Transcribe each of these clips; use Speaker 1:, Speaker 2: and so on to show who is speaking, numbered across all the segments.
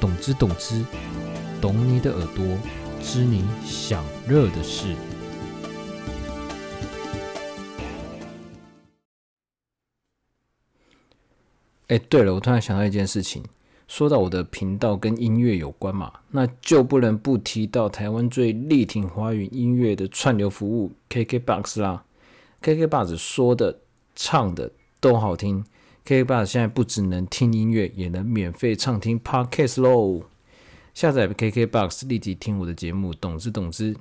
Speaker 1: 懂之懂之，懂你的耳朵，知你想热的事。哎，对了，我突然想到一件事情，说到我的频道跟音乐有关嘛，那就不能不提到台湾最力挺华语音乐的串流服务 KKBOX 啦。KKBOX 说的、唱的都好听。KKBox 现在不只能听音乐，也能免费畅听 Podcast 喽！下载 KKBox 立即听我的节目，懂之懂之，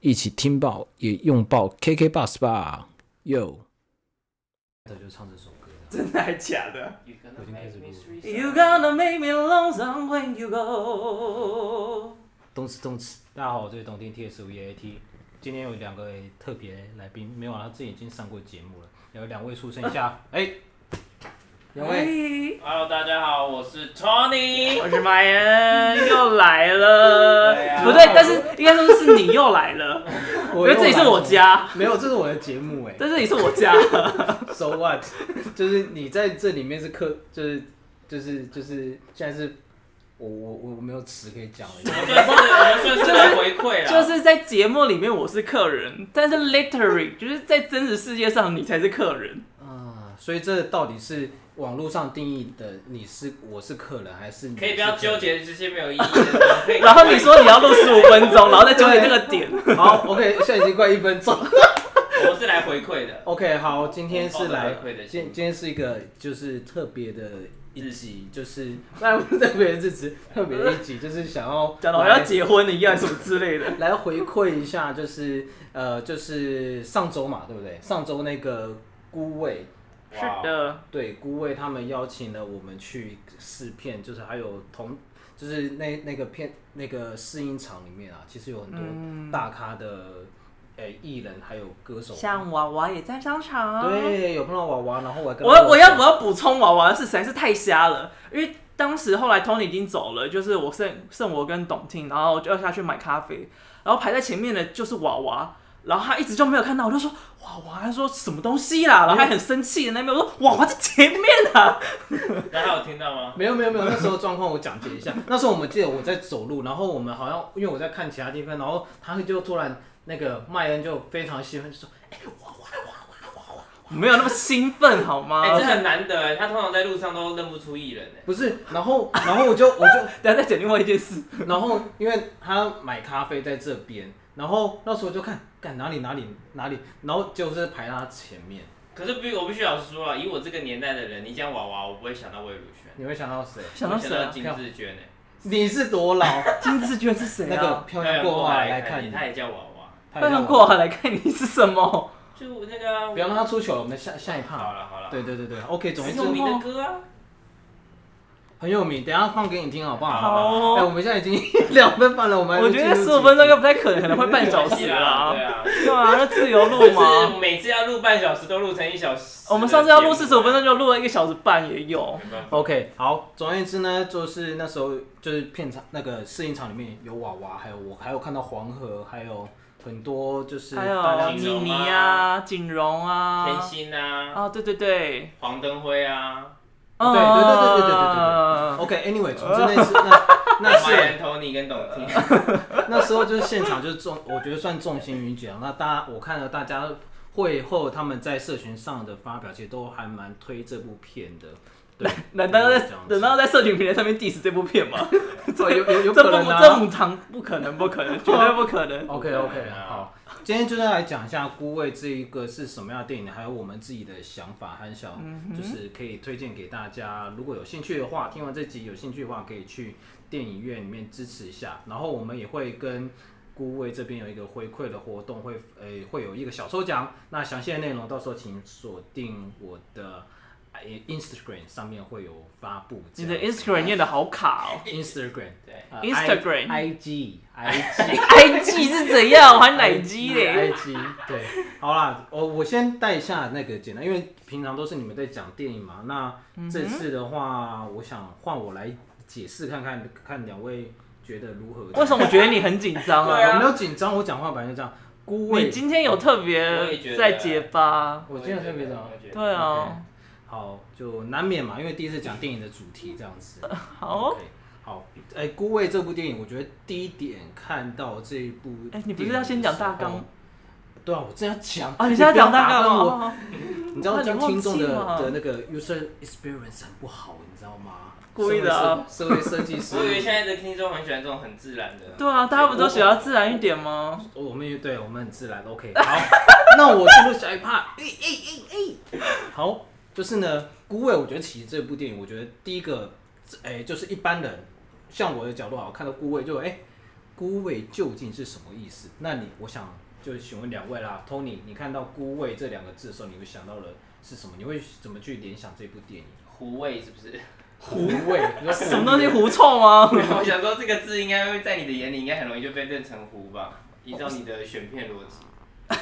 Speaker 1: 一起听爆也用爆 KKBox 吧！Yo，就唱这首歌。
Speaker 2: 真的还假的？
Speaker 1: 我已经开始录了。
Speaker 2: You gonna make me lonesome when you go。
Speaker 1: 动词动词，大家好，我是董听 T S 五 A A T。今天有两个特别来宾，没有啊，他之前已经上过节目了。有两位出生一下，哎、两位。
Speaker 2: 喂，
Speaker 3: Hello，大家好，我是 Tony。
Speaker 2: 我是马恩，哎又来了
Speaker 3: 对。啊
Speaker 2: 不对，但是应该说是你又来了，因
Speaker 1: 哎
Speaker 4: 我
Speaker 2: 为这里是我，家，
Speaker 4: 没有，这是我的节目哎。
Speaker 2: 在这里是我家。
Speaker 4: So what？就是 你在这里面是客，就是就是就是现在是我我我我没有词可以讲
Speaker 3: 我
Speaker 4: 了。
Speaker 3: 们算是我们算是来回馈啦，
Speaker 2: 就是在节目里面我是客人，但是 literary 就是在真实世界上你才是客人。
Speaker 4: 啊，所以这到底是网络上定义的你是我是客人还是你
Speaker 3: 可以不
Speaker 4: 是
Speaker 3: 要
Speaker 4: 客
Speaker 3: 纠
Speaker 4: 人？
Speaker 3: 结这些没有意 义的。可以
Speaker 2: 然后你说你要录十五分钟，然后再纠结这个点。
Speaker 4: 好，OK，现在已经快一分 钟。
Speaker 3: 我们是来回馈的，
Speaker 4: OK，好，今天是来
Speaker 3: 我抱着回馈的，心
Speaker 4: 今今天是一个就是特别的一集， 就是那不是特别的日子，特别的一集，就是想要
Speaker 2: 讲的好像结婚一样什么之类的。
Speaker 4: 来回馈一下，就是呃，就是上周嘛，对不对？上周那个孤味，
Speaker 2: 是的，
Speaker 4: 对孤味，他们邀请了我们去试片，就是还有同，就是那那个片那个试音场里面啊，其实有很
Speaker 2: 嗯
Speaker 4: 多大咖的诶艺、人，还有歌手，
Speaker 2: 像娃娃也在商场。
Speaker 4: 对，有碰到娃娃，然后我还跟
Speaker 2: 我
Speaker 4: 他握
Speaker 2: 我要
Speaker 4: 手
Speaker 2: 我要补充娃娃是实在是太瞎了，因为当时后来 Tony 已经走了，就是我剩剩我跟董听，然后我就要下去买咖啡，然后排在前面的就是娃娃，然后他一直就没有看到，我就说娃娃，他说什么东西啦，然后他很生气的那边，我说娃娃在前面啊，
Speaker 3: 大家有听到吗？
Speaker 4: 没有没有没有，那时候状况我讲解一下。那时候我们记得我在走路，然后我们好像因为我在看其他地方，然后他就突然那个麦恩就非常兴奋，就说：“哎、哇哇哇哇哇哇！”
Speaker 2: 没有那么兴奋 好吗？
Speaker 3: 哎，这很难得哎，他通常在路上都认不出艺人哎。
Speaker 4: 不是，然后然后我就我就
Speaker 2: 等一下再讲另外一件事，
Speaker 4: 然后因为他买咖啡在这边，然后那时候我就看干哪里哪里哪里，然后就是排他前面，
Speaker 3: 可是必我必须老实说啊，以我这个年代的人，你讲娃娃，我不会想到魏如萱，
Speaker 4: 你会想到谁？
Speaker 2: 想
Speaker 3: 我
Speaker 2: 到
Speaker 3: 会想
Speaker 2: 谁
Speaker 3: 到
Speaker 2: 啊？
Speaker 3: 金志娟哎，
Speaker 4: 你是多老？
Speaker 2: 金志娟是谁
Speaker 4: 那个
Speaker 2: 啊？
Speaker 4: 漂洋过海来看
Speaker 3: 你，
Speaker 4: 你，
Speaker 3: 他也叫娃娃，
Speaker 4: 他
Speaker 2: 快
Speaker 4: 也叫
Speaker 2: 让
Speaker 4: 我
Speaker 2: 过海来看你是什么？
Speaker 3: 就我那个啊
Speaker 4: 不要让他出糗了，我们下下一
Speaker 3: 好
Speaker 4: 趴。
Speaker 3: 了好了，
Speaker 4: 对对对对，OK，总而
Speaker 3: 很
Speaker 4: 言
Speaker 3: 有
Speaker 4: 之
Speaker 3: 名的歌啊，
Speaker 4: 很有名，等一下放给你听好不好？
Speaker 3: 好
Speaker 4: 哎、
Speaker 2: 哦，
Speaker 4: 我们现在已经两分半了，我们还
Speaker 2: 我
Speaker 4: 没
Speaker 2: 觉
Speaker 4: 进
Speaker 2: 得
Speaker 4: 入
Speaker 2: 十五
Speaker 4: 主
Speaker 2: 分钟
Speaker 4: 题
Speaker 2: 应该不太可能，可能会半小时
Speaker 3: 没关系
Speaker 2: 啊
Speaker 3: 啦， 对。啊。
Speaker 2: 对啊，那自由
Speaker 3: 就
Speaker 2: 录
Speaker 3: 是
Speaker 2: 吗？
Speaker 3: 每次要录半小时都录成一小时。
Speaker 2: 我们上次要录四十五分钟，就录了一个小时半，也有。
Speaker 3: 没办法。
Speaker 4: OK，好，总而言之呢，就是那时候就是片场那个试映场里面有娃娃，还有我还有看到黄河，还有很多就是
Speaker 2: 还
Speaker 4: 大
Speaker 2: 有
Speaker 4: 家
Speaker 3: 锦
Speaker 2: 妮
Speaker 3: 荣
Speaker 2: 妮
Speaker 3: 啊
Speaker 2: 啊，锦荣
Speaker 3: 甜
Speaker 2: 啊，
Speaker 3: 心啊，
Speaker 2: 啊，对对对，
Speaker 3: 黄灯辉啊，
Speaker 4: 哦对对对对对对对对
Speaker 2: 嗯
Speaker 4: OK，Anyway，、总之那是那那
Speaker 3: 马
Speaker 4: 是
Speaker 3: 岩 Tony 跟董婷，
Speaker 4: 那时候就是现场就是众，我觉得算众星云集啊。那大家我看了大家会后他们在社群上的发表，其实都还蛮推这部片的。对，
Speaker 2: 难道在
Speaker 4: 这样子
Speaker 2: 难道在社群平台上面 diss 这部片吗？
Speaker 4: 哦有有有
Speaker 2: 这
Speaker 4: 可能
Speaker 2: 不
Speaker 4: 啊？哦
Speaker 2: 这母堂不可能，不可能，绝对不可能。
Speaker 4: OK
Speaker 3: 不
Speaker 4: OK，
Speaker 3: 可能啊
Speaker 4: 好，今天就是来讲一下《孤味》这一个是什么样的电影，还有我们自己的想法和小，
Speaker 2: 嗯
Speaker 4: 就是可以推荐给大家。如果有兴趣的话，听完这集有兴趣的话，可以去电影院里面支持一下。然后我们也会跟孤味这边有一个回馈的活动，会呃会有一个小抽奖。那详细的内容到时候请锁定我的呃 Instagram 上面会有发布这
Speaker 2: 你
Speaker 4: 样。
Speaker 2: 的 Instagram 念的好卡 哦
Speaker 4: Instagram
Speaker 3: 对
Speaker 4: 呃
Speaker 2: Instagram
Speaker 4: I G I G。
Speaker 2: ，IG 是怎样？我还奶鸡嘞。
Speaker 4: 埃及，对，好啦，我我先带一下那个简单，因为平常都是你们在讲电影嘛，那这次的话，我想换我来解释看看，看两位觉得如何？
Speaker 2: 为什么我觉得你很紧张
Speaker 3: 对
Speaker 2: 啊？
Speaker 3: 啊
Speaker 4: 我没有紧张，我讲话本来就这样。孤
Speaker 2: 你
Speaker 4: 味，
Speaker 2: 今天有特
Speaker 3: 我也觉
Speaker 2: 别
Speaker 3: 得
Speaker 2: 在结巴。
Speaker 4: 我今天特别紧张。
Speaker 2: 对啊
Speaker 4: OK，好，就难免嘛，因为第一次讲电影的主题这样子。
Speaker 2: 好
Speaker 4: OK，好，哎、孤味》这部电影，我觉得第一点看到这一部，
Speaker 2: 哎你不是要先讲大纲？
Speaker 4: 对啊，我正要讲
Speaker 2: 啊，你现在讲大
Speaker 4: 纲
Speaker 2: 纲了
Speaker 4: 我
Speaker 2: 哦，
Speaker 4: 你知道这样听众的
Speaker 2: 我怕你忘记
Speaker 4: 的
Speaker 2: 嘛
Speaker 4: 那个 user experience 很不好，你知道吗？
Speaker 2: 故意的啊
Speaker 4: 社会设计师
Speaker 3: 我，以为现在的听众很喜欢这种很自然的。
Speaker 2: 对啊，大家不都喜欢自然一点吗？
Speaker 4: 哦我们也对我们很自然，OK。好， 那我进入下一趴。哎哎哎哎，好，就是呢，《孤味》，我觉得其实这部电影，我觉得第一个，哎、就是一般人，像我的角度啊，我看到《孤味》就哎，孤味》究竟是什么意思？那你，我想就询问两位啦，Tony，你看到“孤味”这两个字的时候，你会想到了是什么？你会怎么去联想这部电影？
Speaker 3: 胡味是不是？
Speaker 4: 狐味，你说狐
Speaker 2: 什么东西狐臭吗？
Speaker 3: 我想说这个字应该会在你的眼里应该很容易就被认成胡吧，依照你的选片逻辑。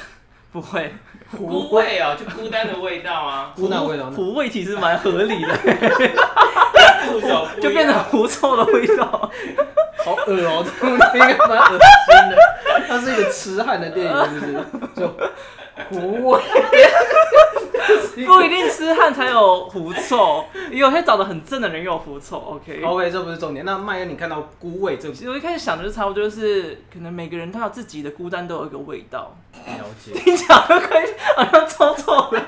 Speaker 2: 不会，
Speaker 3: 孤味哦，就孤单的味 道啊，
Speaker 4: 孤那味道呢？
Speaker 2: 狐味其实蛮合理 的，
Speaker 3: 不走不一样
Speaker 2: 就变成狐臭的 味道。
Speaker 4: 好恶哦、这部电影蛮恶心的。它是一个痴汉的电影，是不是？就狐味。
Speaker 2: 不一定痴汉才有狐臭，有些长得很正的人也有狐臭。OK，
Speaker 4: OK，这不是重点。那麦恩，你看到孤味这部
Speaker 2: 其实我一开始想的就差不多，就是可能每个人他有自己的孤单，都有一个味道。
Speaker 4: 了解？
Speaker 2: 听起来就开始好像臭臭的。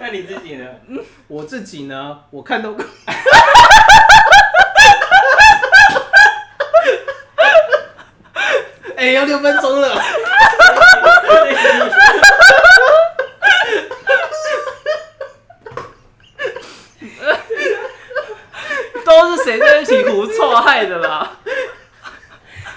Speaker 3: 那你自己呢？
Speaker 4: 我自己呢，我看到， 哎、要六分钟了。
Speaker 2: 都是谁在一起狐臭害的 啦？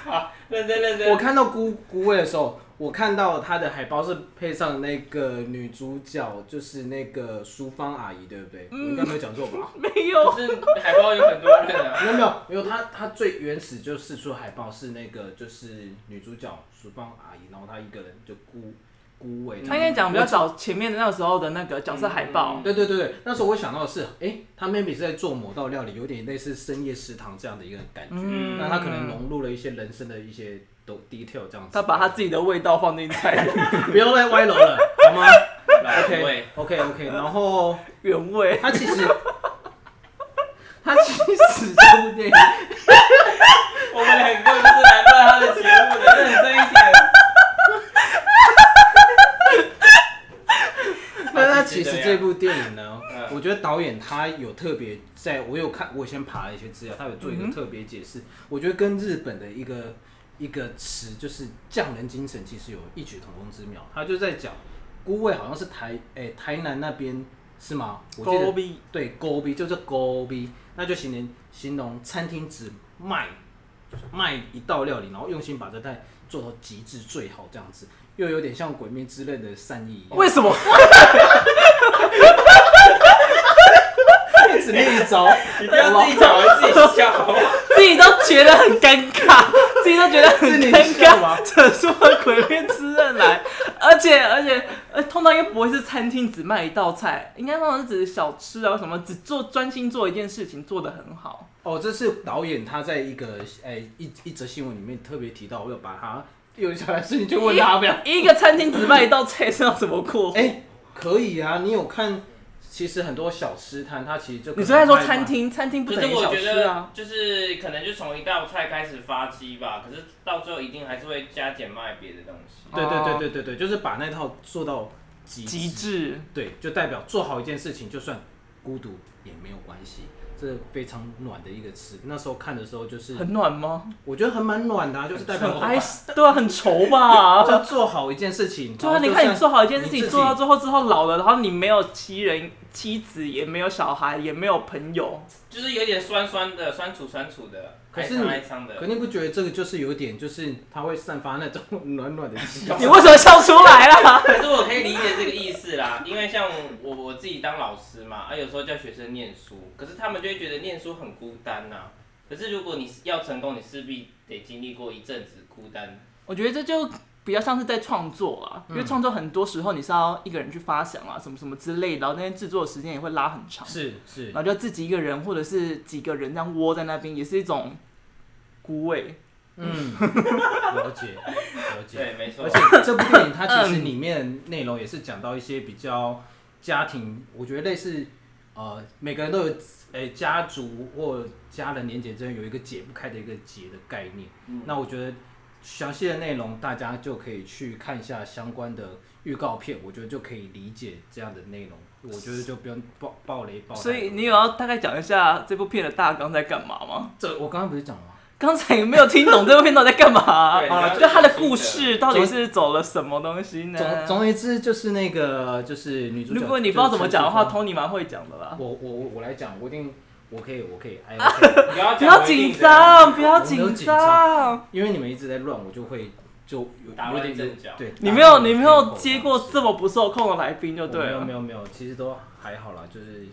Speaker 3: 好，认真认真。
Speaker 2: 啊
Speaker 4: 我看到孤孤味的时候，我看到它的海报是配上那个女主角，就是那个淑芳阿姨，对不对？
Speaker 2: 嗯
Speaker 4: 我应该没有讲错吧？
Speaker 2: 没
Speaker 3: 不
Speaker 2: 有，
Speaker 3: 是海报有很多人啊，
Speaker 4: 没有没有，没有它它最原始就试出海报是那个就是女主角淑芳阿姨，然后她一个人就孤孤味。
Speaker 2: 他应该讲比较早前面的那时候的那个角色海报
Speaker 3: 嗯，
Speaker 4: 对对对对，那时候我想到的是，哎，他 maybe 是在做某道料理，有点类似深夜食堂这样的一个感觉。
Speaker 2: 嗯
Speaker 4: 那他可能融入了一些人生的一些都 detail 这样子。
Speaker 2: 他把他自己的味道放进菜里，
Speaker 4: 不要再歪楼了，好吗
Speaker 3: 老胡
Speaker 4: ？OK
Speaker 3: 味。
Speaker 4: OK OK，然后
Speaker 2: 原味。
Speaker 4: 他其实他其实这部电影，
Speaker 3: 我们两个就是来乱他的节目的，认真一点。
Speaker 4: 那 他其实这部电影呢
Speaker 3: 嗯，
Speaker 4: 我觉得导演他有特别在，我有看，我先爬了一些资料，他有做一个特别解释，我觉得跟日本的一个一个词就是匠人精神，其实有异曲同工之妙。他就在讲孤味好像是台诶、台南那边是吗？我记
Speaker 2: 高
Speaker 4: 得
Speaker 2: 逼
Speaker 4: 对勾逼就是勾逼，那就形容形容餐厅只卖卖一道料理，然后用心把这菜做到极致最好这样子，又有点像《鬼灭之刃》的善意一样。
Speaker 2: 为什么？
Speaker 4: 只 练一 招，
Speaker 3: 你不要自己讲，我自己笑。
Speaker 2: 自己都觉得很 尴尬，自己都觉得很
Speaker 4: 是你
Speaker 2: 尴
Speaker 4: 笑吗
Speaker 2: 尬，扯出了鬼面之刃来。而且而且，呃，通常应该不会是餐厅只卖一道菜，应该通常是只是小吃啊什么，只做专心做一件事情，做得很好。
Speaker 4: 哦，这是导演他在一个诶、一一则新闻里面特别提到，我有把他有小事情就问他不要。
Speaker 2: 一个餐厅只卖一道菜，是要怎么过 活？
Speaker 4: 哎、可以啊，你有看？其实很多小吃摊，它其实就可能
Speaker 2: 你是在说
Speaker 4: 卖
Speaker 2: 餐厅，餐厅不
Speaker 3: 可
Speaker 2: 等
Speaker 3: 是
Speaker 2: 于
Speaker 3: 我
Speaker 2: 小
Speaker 3: 觉
Speaker 2: 吃
Speaker 3: 得
Speaker 2: 啊。
Speaker 3: 就是可能就从一道菜开始发迹吧，可是到最后一定还是会加减卖别的东西。
Speaker 4: 对对对对对对，就是把那套做到极
Speaker 2: 哦极致，
Speaker 4: 对，就代表做好一件事情，就算孤独也没有关系，这是非常暖的一个词。那时候看的时候，就是
Speaker 2: 很暖吗？
Speaker 4: 我觉得很蛮暖的、啊，就是代表
Speaker 2: 很哀，对啊，很稠
Speaker 4: 就
Speaker 2: 吧？
Speaker 4: 做好一件事情。
Speaker 2: 对
Speaker 4: 然
Speaker 2: 啊，
Speaker 4: 后就
Speaker 2: 你看你
Speaker 4: 像
Speaker 2: 做好一件事
Speaker 4: 你自
Speaker 2: 情，
Speaker 4: 己
Speaker 2: 做到最后之后老了，然后你没有妻人、妻子，也没有小孩，也没有朋 友，
Speaker 3: 就是有点酸酸的，酸楚酸楚的，
Speaker 4: 可
Speaker 3: 哀
Speaker 4: 是
Speaker 3: 伤
Speaker 4: 你
Speaker 3: 哀伤
Speaker 4: 可
Speaker 3: 的。
Speaker 4: 你不觉得这个就是有点，就是它会散发那种 暖暖的气
Speaker 2: 你
Speaker 4: 息？
Speaker 2: 为什么笑出来啊啦？
Speaker 3: 可是我可以理解这个意思啦，因为像我我自己当老师嘛，啊有时候叫学生念书，可是他们就会觉得念书很孤单呐、可是如果你要成功，你势必得经历过一阵子孤单。
Speaker 2: 我觉得这就比较像是在创作啊，因为创作很多时候你是要一个人去发想啊，什么什么之类的，然后那些制作时间也会拉很长。
Speaker 4: 是是
Speaker 2: 然，后就自己一个人或者是几个人这样窝在那边，也是一种孤味。
Speaker 4: 嗯，了解了解。
Speaker 3: 对，没错
Speaker 2: 嗯
Speaker 4: 而。且这部电影它其实里面内容也是讲到一些比较家庭，我觉得类似呃，每个人都有诶、家族或家人连结之间有一个解不开的一个结的概念。
Speaker 2: 嗯
Speaker 4: 那我觉得详细的内容大家就可以去看一下相关的预告片，我觉得就可以理解这样的内容。我觉得就不用爆爆雷爆太多。
Speaker 2: 所以你有要大概讲一下这部片的大纲在干嘛吗？
Speaker 4: 这我刚刚不是讲了吗？
Speaker 2: 刚才有没有听懂这部片到底在干嘛、
Speaker 3: 对
Speaker 2: 好了，
Speaker 3: 你
Speaker 2: 就
Speaker 3: 要
Speaker 2: 它的
Speaker 3: 解释
Speaker 2: 故
Speaker 3: 一下
Speaker 2: 事到底是走了什么东西呢？
Speaker 4: 总总而言之，就是那个就是女主角。
Speaker 2: 如果你不知道怎么讲的话
Speaker 4: 就是
Speaker 2: ，Tony 蛮会讲的啦
Speaker 4: 陈。我我我我来讲，我一定我可以我可以哎，我可以
Speaker 3: 不要
Speaker 2: 不
Speaker 3: 讲
Speaker 2: 要
Speaker 3: 我一
Speaker 2: 紧
Speaker 3: 定的，啊
Speaker 2: 张，不要
Speaker 4: 我没有
Speaker 2: 紧
Speaker 4: 紧
Speaker 2: 张。
Speaker 4: 因为你们一直在乱，我就会就有
Speaker 3: 打
Speaker 4: 有
Speaker 3: 乱
Speaker 4: 点
Speaker 3: 阵脚
Speaker 4: 对，
Speaker 2: 你没有，你
Speaker 4: 打
Speaker 2: 没
Speaker 4: 乱
Speaker 2: 有
Speaker 4: 阵脚
Speaker 2: 接过这么不受控的来宾就对
Speaker 4: 没有
Speaker 2: 了
Speaker 4: 没。有没有，其实都还好啦，就是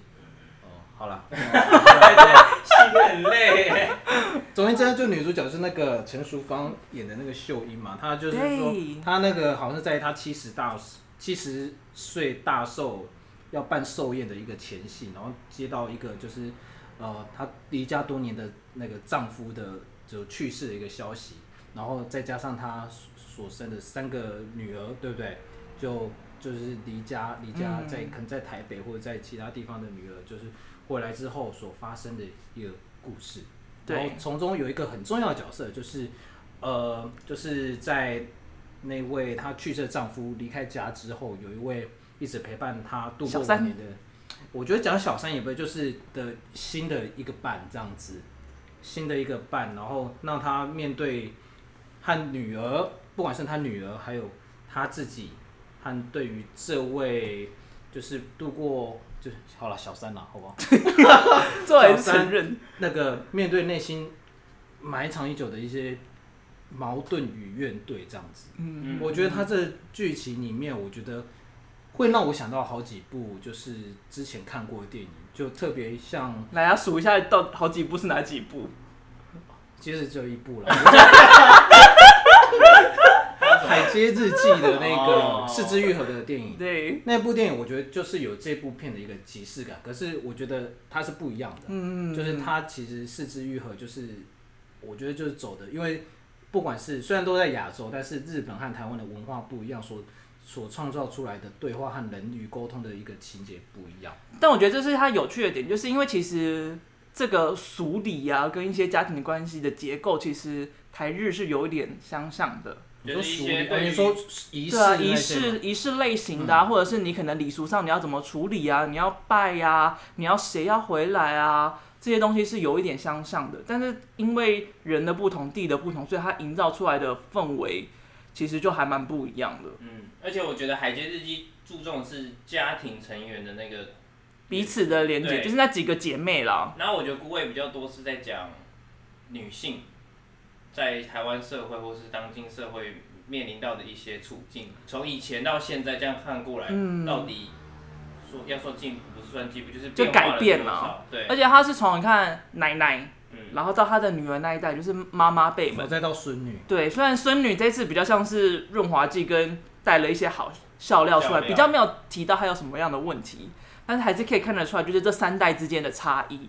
Speaker 4: 哦好啦。
Speaker 3: 心很累。
Speaker 4: 总而言之，就女主角是那个陈淑芳演的那个秀英嘛，她就是说
Speaker 2: 对
Speaker 4: 她那个好像是在她七十大七十岁大寿要办寿宴的一个前夕，然后接到一个就是呃她离家多年的那个丈夫的就去世的一个消息，然后再加上她所生的三个女儿，对不对？就就是离家离家
Speaker 2: 嗯
Speaker 4: 在、可能在台北或者在其他地方的女儿，就是回来之后所发生的一个故事。
Speaker 2: 对
Speaker 4: 然后从中有一个很重要的角色，就是呃，就是在那位她去世的丈夫离开家之后，有一位一直陪伴她度过
Speaker 2: 小
Speaker 4: 晚
Speaker 2: 三
Speaker 4: 年的，我觉得讲小三也不对，就是的新的一个伴这样子，新的一个伴，然后让她面对和女儿，不管是她女儿，还有她自己，和对于这位就是度过就好了小三了，好不好？
Speaker 2: 这还
Speaker 4: 小
Speaker 2: 是
Speaker 4: 三
Speaker 2: 承认。
Speaker 4: 那个面对内心埋藏已久的一些矛盾与怨怼，这样子。
Speaker 2: 嗯，
Speaker 4: 我觉得他这剧情里面，我觉得会让我想到好几部，就是之前看过的电影，就特别像，
Speaker 2: 来啊，数一下到好几部是哪几部？
Speaker 4: 其实只有一部了，《海街日记》的那个
Speaker 3: 哦
Speaker 4: 四肢愈合的电影。
Speaker 2: 对，
Speaker 4: 那部电影我觉得就是有这部片的一个即视感，可是我觉得它是不一样的。
Speaker 2: 嗯，
Speaker 4: 就是他其实四肢愈合，就是我觉得就是走的，因为不管是虽然都在亚洲，但是日本和台湾的文化不一样，所所创造出来的对话和人与沟通的一个情节不一样。
Speaker 2: 但我觉得这是它有趣的点，就是因为其实这个俗礼啊，跟一些家庭的关系的结构，其实台日是有一点相像的。
Speaker 4: 你说
Speaker 3: 就是
Speaker 4: 俗礼，
Speaker 3: 一些对
Speaker 4: 哦
Speaker 3: 于
Speaker 4: 你说仪式
Speaker 2: 对啊，
Speaker 4: 那
Speaker 2: 仪
Speaker 4: 些嗯吗
Speaker 2: 式仪式类型的、啊，或者是你可能礼俗上你要怎么处理啊，你要拜呀、你要谁要回来啊，这些东西是有一点相像的。但是因为人的不同，地的不同，所以它营造出来的氛围其实就还蛮不一样的，
Speaker 3: 嗯，而且我觉得《海街日记》注重的是家庭成员的那个，
Speaker 2: 彼此的连接
Speaker 3: 对
Speaker 2: 就是那几个姐妹啦。
Speaker 3: 然后我觉得顾魏比较多是在讲女性在台湾社会或是当今社会面临到的一些处境，从以前到现在这样看过来，
Speaker 2: 嗯
Speaker 3: 到底说要说进步不是算进步，就是
Speaker 2: 就
Speaker 3: 变化
Speaker 2: 改变
Speaker 3: 了多
Speaker 2: 了
Speaker 3: 少，对
Speaker 2: 而，且她是从你看奶奶，
Speaker 3: 嗯，
Speaker 2: 然后到她的女儿那一代，就是妈妈辈
Speaker 4: 然后
Speaker 2: 们。
Speaker 4: 再到孙女，
Speaker 2: 对，虽然孙女这次比较像是润滑剂跟带了一些好笑料出来，
Speaker 3: 笑料
Speaker 2: 比较没有提到还有什么样的问题，但是还是可以看得出来，就是这三代之间的差异。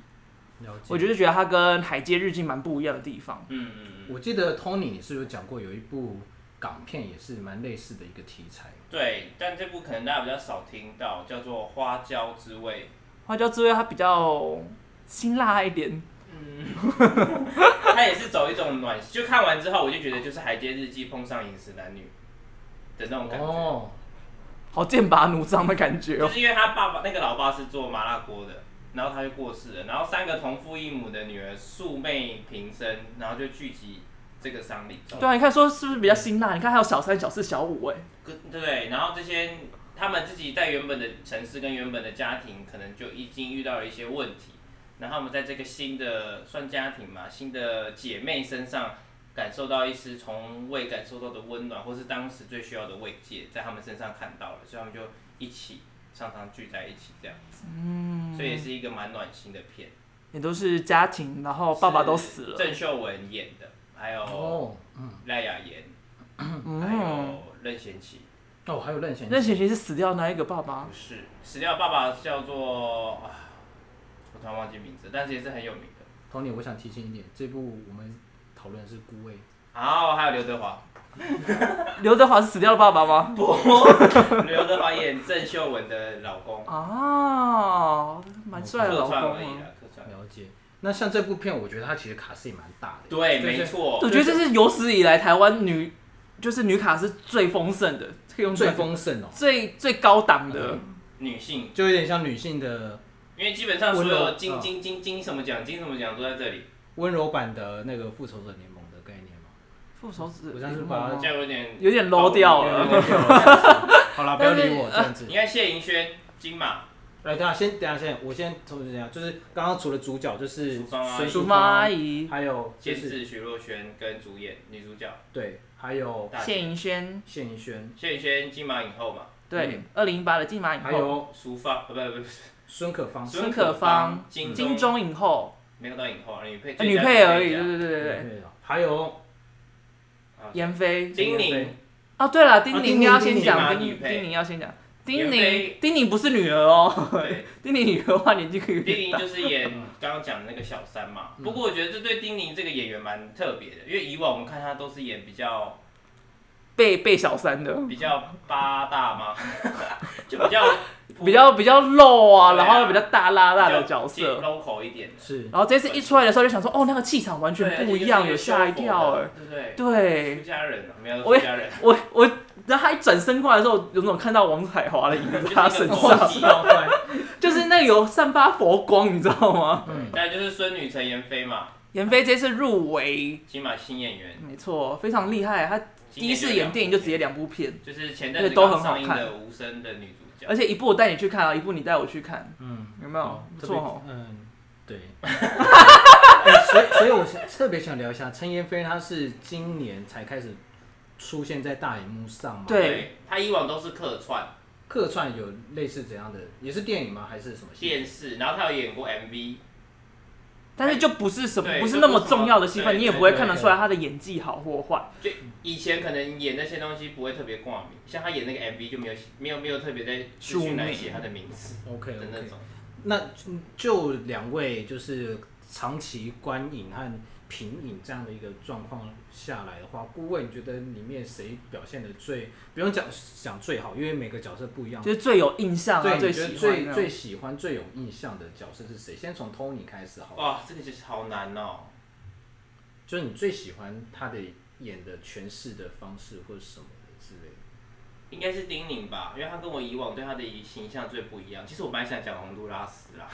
Speaker 4: 了解。
Speaker 2: 我就是觉得它跟《海街日记》蛮不一样的地方。
Speaker 3: 嗯嗯嗯，
Speaker 4: 我记得 Tony 你是有讲过有一部港片也是蛮类似的一个题材，
Speaker 3: 对，但这部可能大家比较少听到，叫做《花椒之味》。
Speaker 2: 花椒之味它比较辛辣一点，
Speaker 3: 他也是走一种暖，就看完之后我就觉得就是《海街日记》碰上《饮食男女》的那种感觉，
Speaker 4: 哦，
Speaker 2: 好剑拔弩张的感觉
Speaker 3: 就
Speaker 2: 哦。
Speaker 3: 是因为他爸爸那个老爸是做麻辣锅的，然后他就过世了，然后三个同父异母的女儿素昧平生，然后就聚集这个丧礼中，
Speaker 2: 对啊，你看说是不是比较辛辣？你看还有小三、小四、小五、哎，
Speaker 3: 可对，然后这些他们自己在原本的城市跟原本的家庭，可能就已经遇到了一些问题，然后他们在这个新的算家庭嘛，新的姐妹身上感受到一丝从未感受到的温暖，或是当时最需要的慰藉，在他们身上看到了，所以他们就一起常常聚在一起这样子，嗯，所以也是一个蛮暖心的片。
Speaker 2: 也都是家庭，然后哦爸爸都死
Speaker 3: 是
Speaker 2: 了，
Speaker 3: 郑秀文演的，还有
Speaker 4: 哦，嗯，
Speaker 3: 赖雅妍，还
Speaker 2: 嗯，
Speaker 3: 有任贤齐。
Speaker 4: 哦，还有任贤齐，
Speaker 2: 任贤齐是死掉的那一个爸爸
Speaker 3: 不，是，死掉爸爸叫做，啊我突然忘记名字，但是也是很有名的。
Speaker 4: Tony，我想提醒一点，这部我们讨论的是孤味，
Speaker 3: 好，还有刘德华，
Speaker 2: 刘德华是死掉的爸爸吗？
Speaker 3: 不，刘德华演郑秀文的老公，
Speaker 2: 啊，蛮帅的哦
Speaker 3: 客
Speaker 2: 老
Speaker 3: 串而
Speaker 2: 公
Speaker 3: 已
Speaker 2: 啊。
Speaker 3: 啦，客串。
Speaker 4: 了解。那像这部片，我觉得它其实卡斯也蛮大的。
Speaker 3: 对，
Speaker 4: 就是
Speaker 3: 没错，
Speaker 2: 我觉得这是有史以来台湾女就是女卡是最丰盛的，可以用
Speaker 4: 最
Speaker 2: 丰
Speaker 4: 丰盛哦、
Speaker 2: 最最高档的。
Speaker 3: 嗯女性，
Speaker 4: 就有点像女性的
Speaker 3: 因为基本上所
Speaker 4: 温柔
Speaker 3: 有
Speaker 4: 嗯
Speaker 3: 金金金金什么奖金什么奖都在这里，
Speaker 4: 温柔版的那个复仇者联盟的概念 嘛。
Speaker 2: 复仇者
Speaker 4: 我
Speaker 2: 联
Speaker 4: 像是
Speaker 2: 盟
Speaker 4: 把它
Speaker 2: 吗
Speaker 3: 这样有点
Speaker 2: 有点 low 掉
Speaker 3: 嗯
Speaker 2: 了。
Speaker 4: 好啦，不要理我这样子
Speaker 3: 你。看谢盈萱金马，
Speaker 4: 来，等一下先等一下先，我先重新讲，就是刚刚除了主角就是
Speaker 3: 淑芳啊
Speaker 4: 孙
Speaker 2: 淑
Speaker 4: 淑
Speaker 2: 芳
Speaker 4: 芳
Speaker 2: 阿，姨、
Speaker 4: 还有就
Speaker 3: 监
Speaker 4: 是
Speaker 3: 制徐若瑄跟主演女主角
Speaker 4: 对，还有
Speaker 3: 大姐
Speaker 2: 谢盈萱，
Speaker 4: 谢盈萱，
Speaker 3: 谢盈萱金马影后嘛，
Speaker 2: 对，二零一八的金马影
Speaker 4: 嗯还
Speaker 2: 后，
Speaker 4: 有
Speaker 3: 淑芳呃不不不，
Speaker 4: 孙可芳，
Speaker 2: 哦孙可芳
Speaker 3: 金
Speaker 2: 金
Speaker 3: 钟
Speaker 2: 钟影后，
Speaker 3: 没有到影后，女配
Speaker 2: 呃女配而已。对对
Speaker 3: 对
Speaker 2: 对对对，
Speaker 4: 对，还有
Speaker 2: 闫飞。
Speaker 3: 丁
Speaker 4: 对
Speaker 3: 宁
Speaker 2: 哦，对了，丁
Speaker 4: 啊
Speaker 2: 宁
Speaker 4: 丁
Speaker 2: 要
Speaker 4: 宁
Speaker 2: 先
Speaker 4: 丁宁
Speaker 3: 嘛
Speaker 2: 讲，
Speaker 3: 女
Speaker 2: 丁
Speaker 3: 配
Speaker 2: 丁宁要先讲。丁
Speaker 3: 闫
Speaker 2: 宁
Speaker 3: 飞，
Speaker 2: 丁宁不是女儿哦，
Speaker 3: 对，
Speaker 2: 丁宁女儿的话年纪可以有
Speaker 3: 丁
Speaker 2: 点
Speaker 3: 宁
Speaker 2: 大。
Speaker 3: 就是演刚刚讲的那个小三嘛。
Speaker 2: 嗯
Speaker 3: 不过我觉得这对丁宁这个演员蛮特别的，因为以往我们看她都是演比较
Speaker 2: 被被小三的，
Speaker 3: 比较八大嘛， 就比较
Speaker 2: 比较比较露啊，
Speaker 3: 对啊
Speaker 2: 然后比较大拉拉的
Speaker 3: 比较
Speaker 2: 角色。
Speaker 3: local 一点的，
Speaker 4: 是
Speaker 2: 然后这次一出来的时候就想说，哦，那个气场完全
Speaker 3: 对
Speaker 2: 不一样，有吓一跳哎
Speaker 3: 而。且就是那个修佛的对不对？
Speaker 2: 对
Speaker 3: 出家人啊，没有
Speaker 2: 我
Speaker 3: 出
Speaker 2: 也
Speaker 3: 家人，
Speaker 2: 我我，然后他一转身过来的时候，有种看到王彩华的影子在他身上，
Speaker 3: 是
Speaker 4: 要怪，
Speaker 2: 哦就是那有散发佛光，你知道吗？
Speaker 4: 嗯，
Speaker 3: 再来就是孙女陈妍霏嘛，
Speaker 2: 闫飞这次入围，
Speaker 3: 金马新演员，
Speaker 2: 没错，非常厉害。他第一次演电影就直接两部片，
Speaker 3: 就是前阵
Speaker 2: 对
Speaker 3: 子
Speaker 2: 都很
Speaker 3: 刚上映
Speaker 2: 好看
Speaker 3: 的《无声》的女主角
Speaker 2: 而，且一部我带你去看啊，一部你带我去看，
Speaker 4: 嗯，
Speaker 2: 有没有
Speaker 4: 好？
Speaker 2: 不错哦。，
Speaker 4: 特别嗯，对。哎所以，所以我想特别想聊一下陈妍霏，她是今年才开始出现在大荧幕上嘛？
Speaker 2: 对，
Speaker 3: 她以往都是客串
Speaker 4: 客串有类似怎样的？也是电影吗？还是什么戏？
Speaker 3: 电视，然后她有演过 MV，
Speaker 2: 但是就不是什么
Speaker 3: 对
Speaker 2: 不是
Speaker 3: 就
Speaker 2: 那
Speaker 3: 不
Speaker 2: 么
Speaker 3: 是什
Speaker 2: 重
Speaker 3: 么
Speaker 2: 要的戏
Speaker 3: 对
Speaker 2: 份，你也
Speaker 3: 对
Speaker 2: 不会
Speaker 4: 对
Speaker 2: 看得
Speaker 4: 对
Speaker 2: 出来他的演技好或坏。
Speaker 3: 就以前可能演那些东西不会特别挂名，像她演那个 MV 就没有没有没有特别在资讯来写她的名字
Speaker 4: OK
Speaker 3: 的那
Speaker 4: OK，
Speaker 3: 种。
Speaker 4: 那就两位就是长期观影和品影这样的一个状况下来的话，顾问你觉得里面谁表现的最不用讲讲最好，因为每个角色不一样。
Speaker 2: 就是最有印象啊，
Speaker 4: 对，你觉
Speaker 2: 喜
Speaker 4: 得
Speaker 2: 欢
Speaker 4: 最
Speaker 2: 这样
Speaker 4: 最喜欢、最有印象的角色是谁？先从 Tony 开始好了，
Speaker 3: 哇，这个就是好难哦。
Speaker 4: 就是你最喜欢他的演的诠释的方式或者什么的之类的。
Speaker 3: 应该是丁宁吧，因为她跟我以往对她的形象最不一样。其实我本来想讲洪都拉斯啦，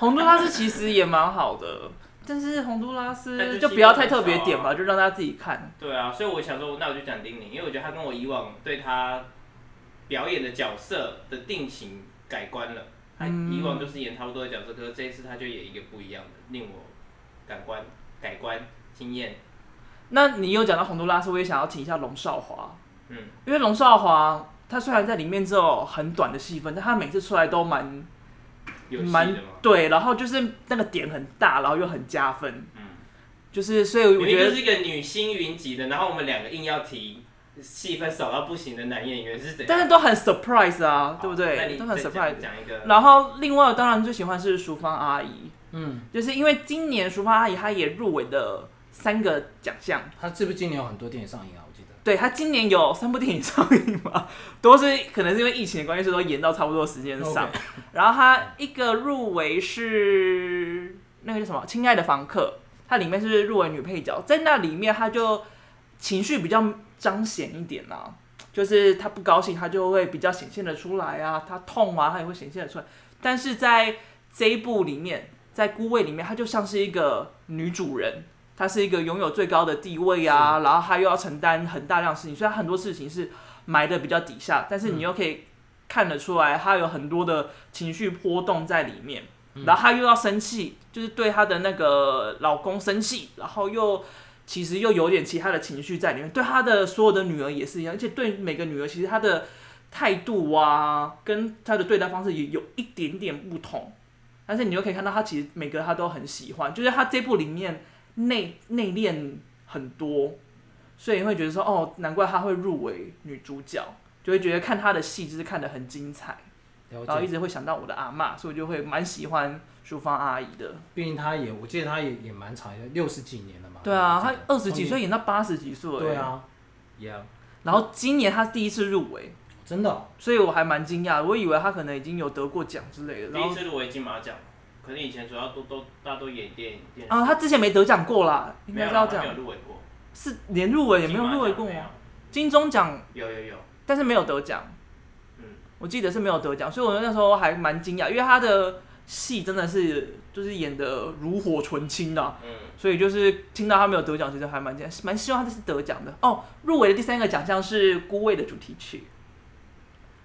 Speaker 2: 洪都拉斯其实也蛮好的， 但是洪都拉
Speaker 3: 但
Speaker 2: 斯
Speaker 3: 就
Speaker 2: 就是不要太特别
Speaker 3: 一个
Speaker 2: 点
Speaker 3: 很少
Speaker 2: 吧，就让大家自己看。
Speaker 3: 对啊，所以我想说，那我就讲丁宁，因为我觉得她跟我以往对她表演的角色的定型改观了。她以往就是演差不多的角色，可是这一次她就演一个不一样的，令我感官改观惊艳。
Speaker 2: 那你有讲到洪都拉斯，我也想要提一下龙少华，
Speaker 3: 嗯，
Speaker 2: 因为龙少华他虽然在里面只有很短的戏份，但他每次出来都蛮
Speaker 3: 有戏
Speaker 2: 蛮
Speaker 3: 的嘛。
Speaker 2: 对，然后就是那个点很大，然后又很加分，
Speaker 3: 嗯，
Speaker 2: 就是所以我
Speaker 3: 明明
Speaker 2: 觉
Speaker 3: 就
Speaker 2: 得
Speaker 3: 是一个女星云集的，然后我们两个硬要提戏份少到不行的男演员是怎样？
Speaker 2: 但是都很 surprise 啊
Speaker 3: 好，
Speaker 2: 对不
Speaker 3: 那
Speaker 2: 对？
Speaker 3: 你
Speaker 2: 都很
Speaker 3: 再讲
Speaker 2: surprise。
Speaker 3: 讲一个，
Speaker 2: 然后另外当然最喜欢是淑芳阿姨，
Speaker 4: 嗯，
Speaker 2: 就是因为今年淑芳阿姨她也入围了三个奖项，
Speaker 4: 他是不是今年有很多电影上映啊？我记得。
Speaker 2: 对她今年有三部电影上映嘛，都是可能是因为疫情的关系，所以都延到差不多时间上。
Speaker 4: OK
Speaker 2: 然后她一个入围是那个叫什么《亲爱的房客》，它里面是入围女配角，在那里面她就情绪比较彰显一点啦、啊就是她不高兴，她就会比较显现的出来啊，她痛啊，她也会显现的出来。但是在这一部里面，在孤味里面，她就像是一个女主人，她是一个拥有最高的地位啊，然后她又要承担很大量的事情，所以她很多事情是埋的比较底下，但是你又可以看得出来，她有很多的情绪波动在里面。然后她又要生气，就是对她的那个老公生气，然后又其实又有点其他的情绪在里面，对她的所有的女儿也是一样，而且对每个女儿其实她的态度啊，跟她的对待方式也有一点点不同，但是你又可以看到她其实每个她都很喜欢，就是她这部里面内内敛很多，所以你会觉得说哦，难怪她会入围女主角，就会觉得看她的戏就是看得很精彩。
Speaker 4: 了
Speaker 2: 然后一
Speaker 4: 解，
Speaker 2: 直会想到我的阿嬷，所以就会蛮喜欢淑芳阿姨的。
Speaker 4: 毕竟他也，我记得他也也蛮长，六十几年了嘛。
Speaker 2: 对啊，
Speaker 4: 我
Speaker 2: 她
Speaker 4: 记得
Speaker 2: 二十几岁，演到八十几岁，
Speaker 4: 后面对，啊，Yeah，
Speaker 2: 然后今年她第一次入围，
Speaker 4: 真的哦、
Speaker 2: 所以我还蛮惊讶，我以为她可能已经有得过奖之类的，然
Speaker 3: 第一
Speaker 2: 后
Speaker 3: 次入围金马奖，可能以前主要都都大家都演电影电视
Speaker 2: 啊，她之前没得奖过啦，应
Speaker 3: 没
Speaker 2: 该
Speaker 3: 有
Speaker 2: 是
Speaker 3: 啦
Speaker 2: 要
Speaker 3: 他
Speaker 2: 讲
Speaker 3: 没有入围过，
Speaker 2: 是连入围也没有入围过
Speaker 3: 金马
Speaker 2: 吗
Speaker 3: 奖？
Speaker 2: 金钟奖，
Speaker 3: 没有有有有，
Speaker 2: 但是没有得奖，
Speaker 3: 嗯，
Speaker 2: 我记得是没有得奖，所以我那时候还蛮惊讶，因为她的戏真的是就是演的炉火纯青啊，
Speaker 3: 嗯，
Speaker 2: 所以就是听到他没有得奖，其实还蛮惊讶，蛮希望他这次得奖的哦。入围的第三个奖项是《孤味》的主题曲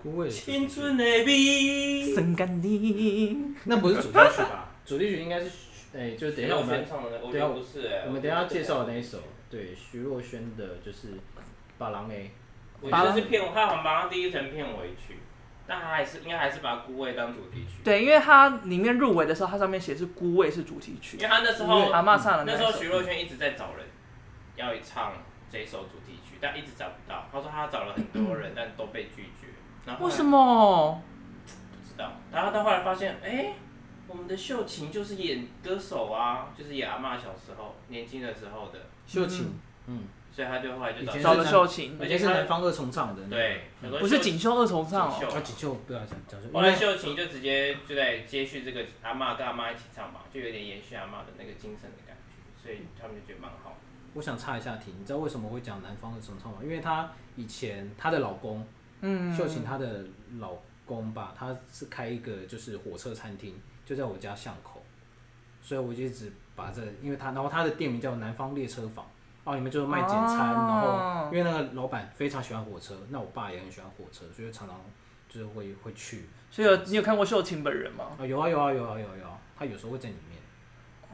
Speaker 4: 孤味的主题曲
Speaker 3: 青春的
Speaker 2: 《
Speaker 3: 美。
Speaker 2: 生干你
Speaker 4: 那不是主题曲吧？主题曲应该是，哎、就等一下我
Speaker 3: 我
Speaker 4: 们
Speaker 3: 们唱的，我
Speaker 4: 等
Speaker 3: 觉
Speaker 4: 一下
Speaker 3: 得不是哎，
Speaker 4: 我们等一下
Speaker 3: 觉得
Speaker 4: 介绍的那一首，对，徐若瑄的就是《把郎 A》。
Speaker 3: 我觉得是片，他好像把它第一层片尾曲，但他还是应该还是把《孤味》当主题曲》，，
Speaker 2: 对，因为它里面入围的时候，它上面写是《孤味》是主题曲
Speaker 3: 因为，他那时
Speaker 2: 因为阿
Speaker 3: 候
Speaker 2: 嬷唱的
Speaker 3: 那时
Speaker 2: 一
Speaker 3: 候
Speaker 2: 首
Speaker 3: 徐若瑄一直在找人要唱这首主题曲，但一直找不到。他说他找了很多人，但都被拒绝。然
Speaker 2: 为
Speaker 3: 后后来
Speaker 2: 什么？
Speaker 3: 不知道？然后他后来发现，哎、我们的秀琴就是演歌手啊，就是演阿嬷小时候年轻的时候的，
Speaker 4: 秀琴，嗯，
Speaker 3: 所以他就后来就
Speaker 4: 以前
Speaker 2: 找
Speaker 3: 找
Speaker 2: 了秀琴，
Speaker 4: 而且嗯是南方二重唱的。
Speaker 3: 对，很多
Speaker 2: 不是
Speaker 3: 秀
Speaker 2: 锦绣二重唱
Speaker 3: 锦
Speaker 2: 哦。
Speaker 3: 绣
Speaker 4: 啊，锦绣不要讲讲
Speaker 3: 后
Speaker 4: 说，因
Speaker 3: 来
Speaker 4: 为
Speaker 3: 秀琴就直接就在接续这个阿嬷跟阿妈一起唱嘛，就有点延续阿嬷的那个精神的感觉，所以他们就觉得蛮好。
Speaker 4: 我想插一下题，你知道为什么我会讲南方二重唱吗？因为她以前她的老公，
Speaker 2: 嗯，
Speaker 4: 秀琴她的老公吧，他是开一个就是火车餐厅，就在我家巷口，所以我就一直把这，因为他，然后他的店名叫南方列车坊，哦，里面就是卖简餐，然
Speaker 2: 哦
Speaker 4: 后因为那个老板非常喜欢火车，那我爸也很喜欢火车，所以常常就是会会去
Speaker 2: 所以有你有看过秀琴本人吗？
Speaker 4: 啊、有啊有啊有啊有啊有啊，他有时候会在里面，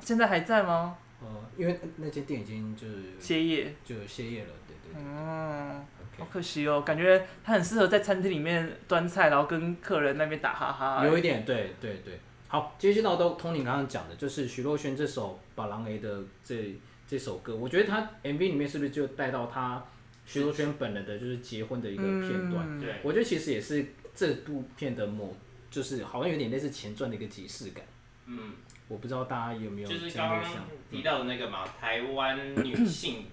Speaker 2: 现在还在吗？
Speaker 4: 呃，因为那间店已经就是
Speaker 2: 歇业。
Speaker 4: 就歇业了，对对对。
Speaker 2: 嗯，好
Speaker 4: OK
Speaker 2: 可惜哦，感觉他很适合在餐厅里面端菜，然后跟客人那边打哈
Speaker 3: 嗯
Speaker 2: 哈。
Speaker 4: 有一点，对对对。好，接下到都通你刚刚讲的，就是徐若瑄这首《把郎 A》的这这首歌，我觉得她 MV 里面是不是就带到她徐若瑄本人的就是结婚的一个片段？
Speaker 2: 嗯
Speaker 3: 对，
Speaker 4: 我觉得其实也是这部片的某，就是好像有点类似前传的一个即视感。
Speaker 3: 嗯，
Speaker 4: 我不知道大家有没有
Speaker 3: 就是
Speaker 4: 这样
Speaker 3: 刚
Speaker 4: 的
Speaker 3: 刚
Speaker 4: 想
Speaker 3: 提到的那个嘛，台湾 女性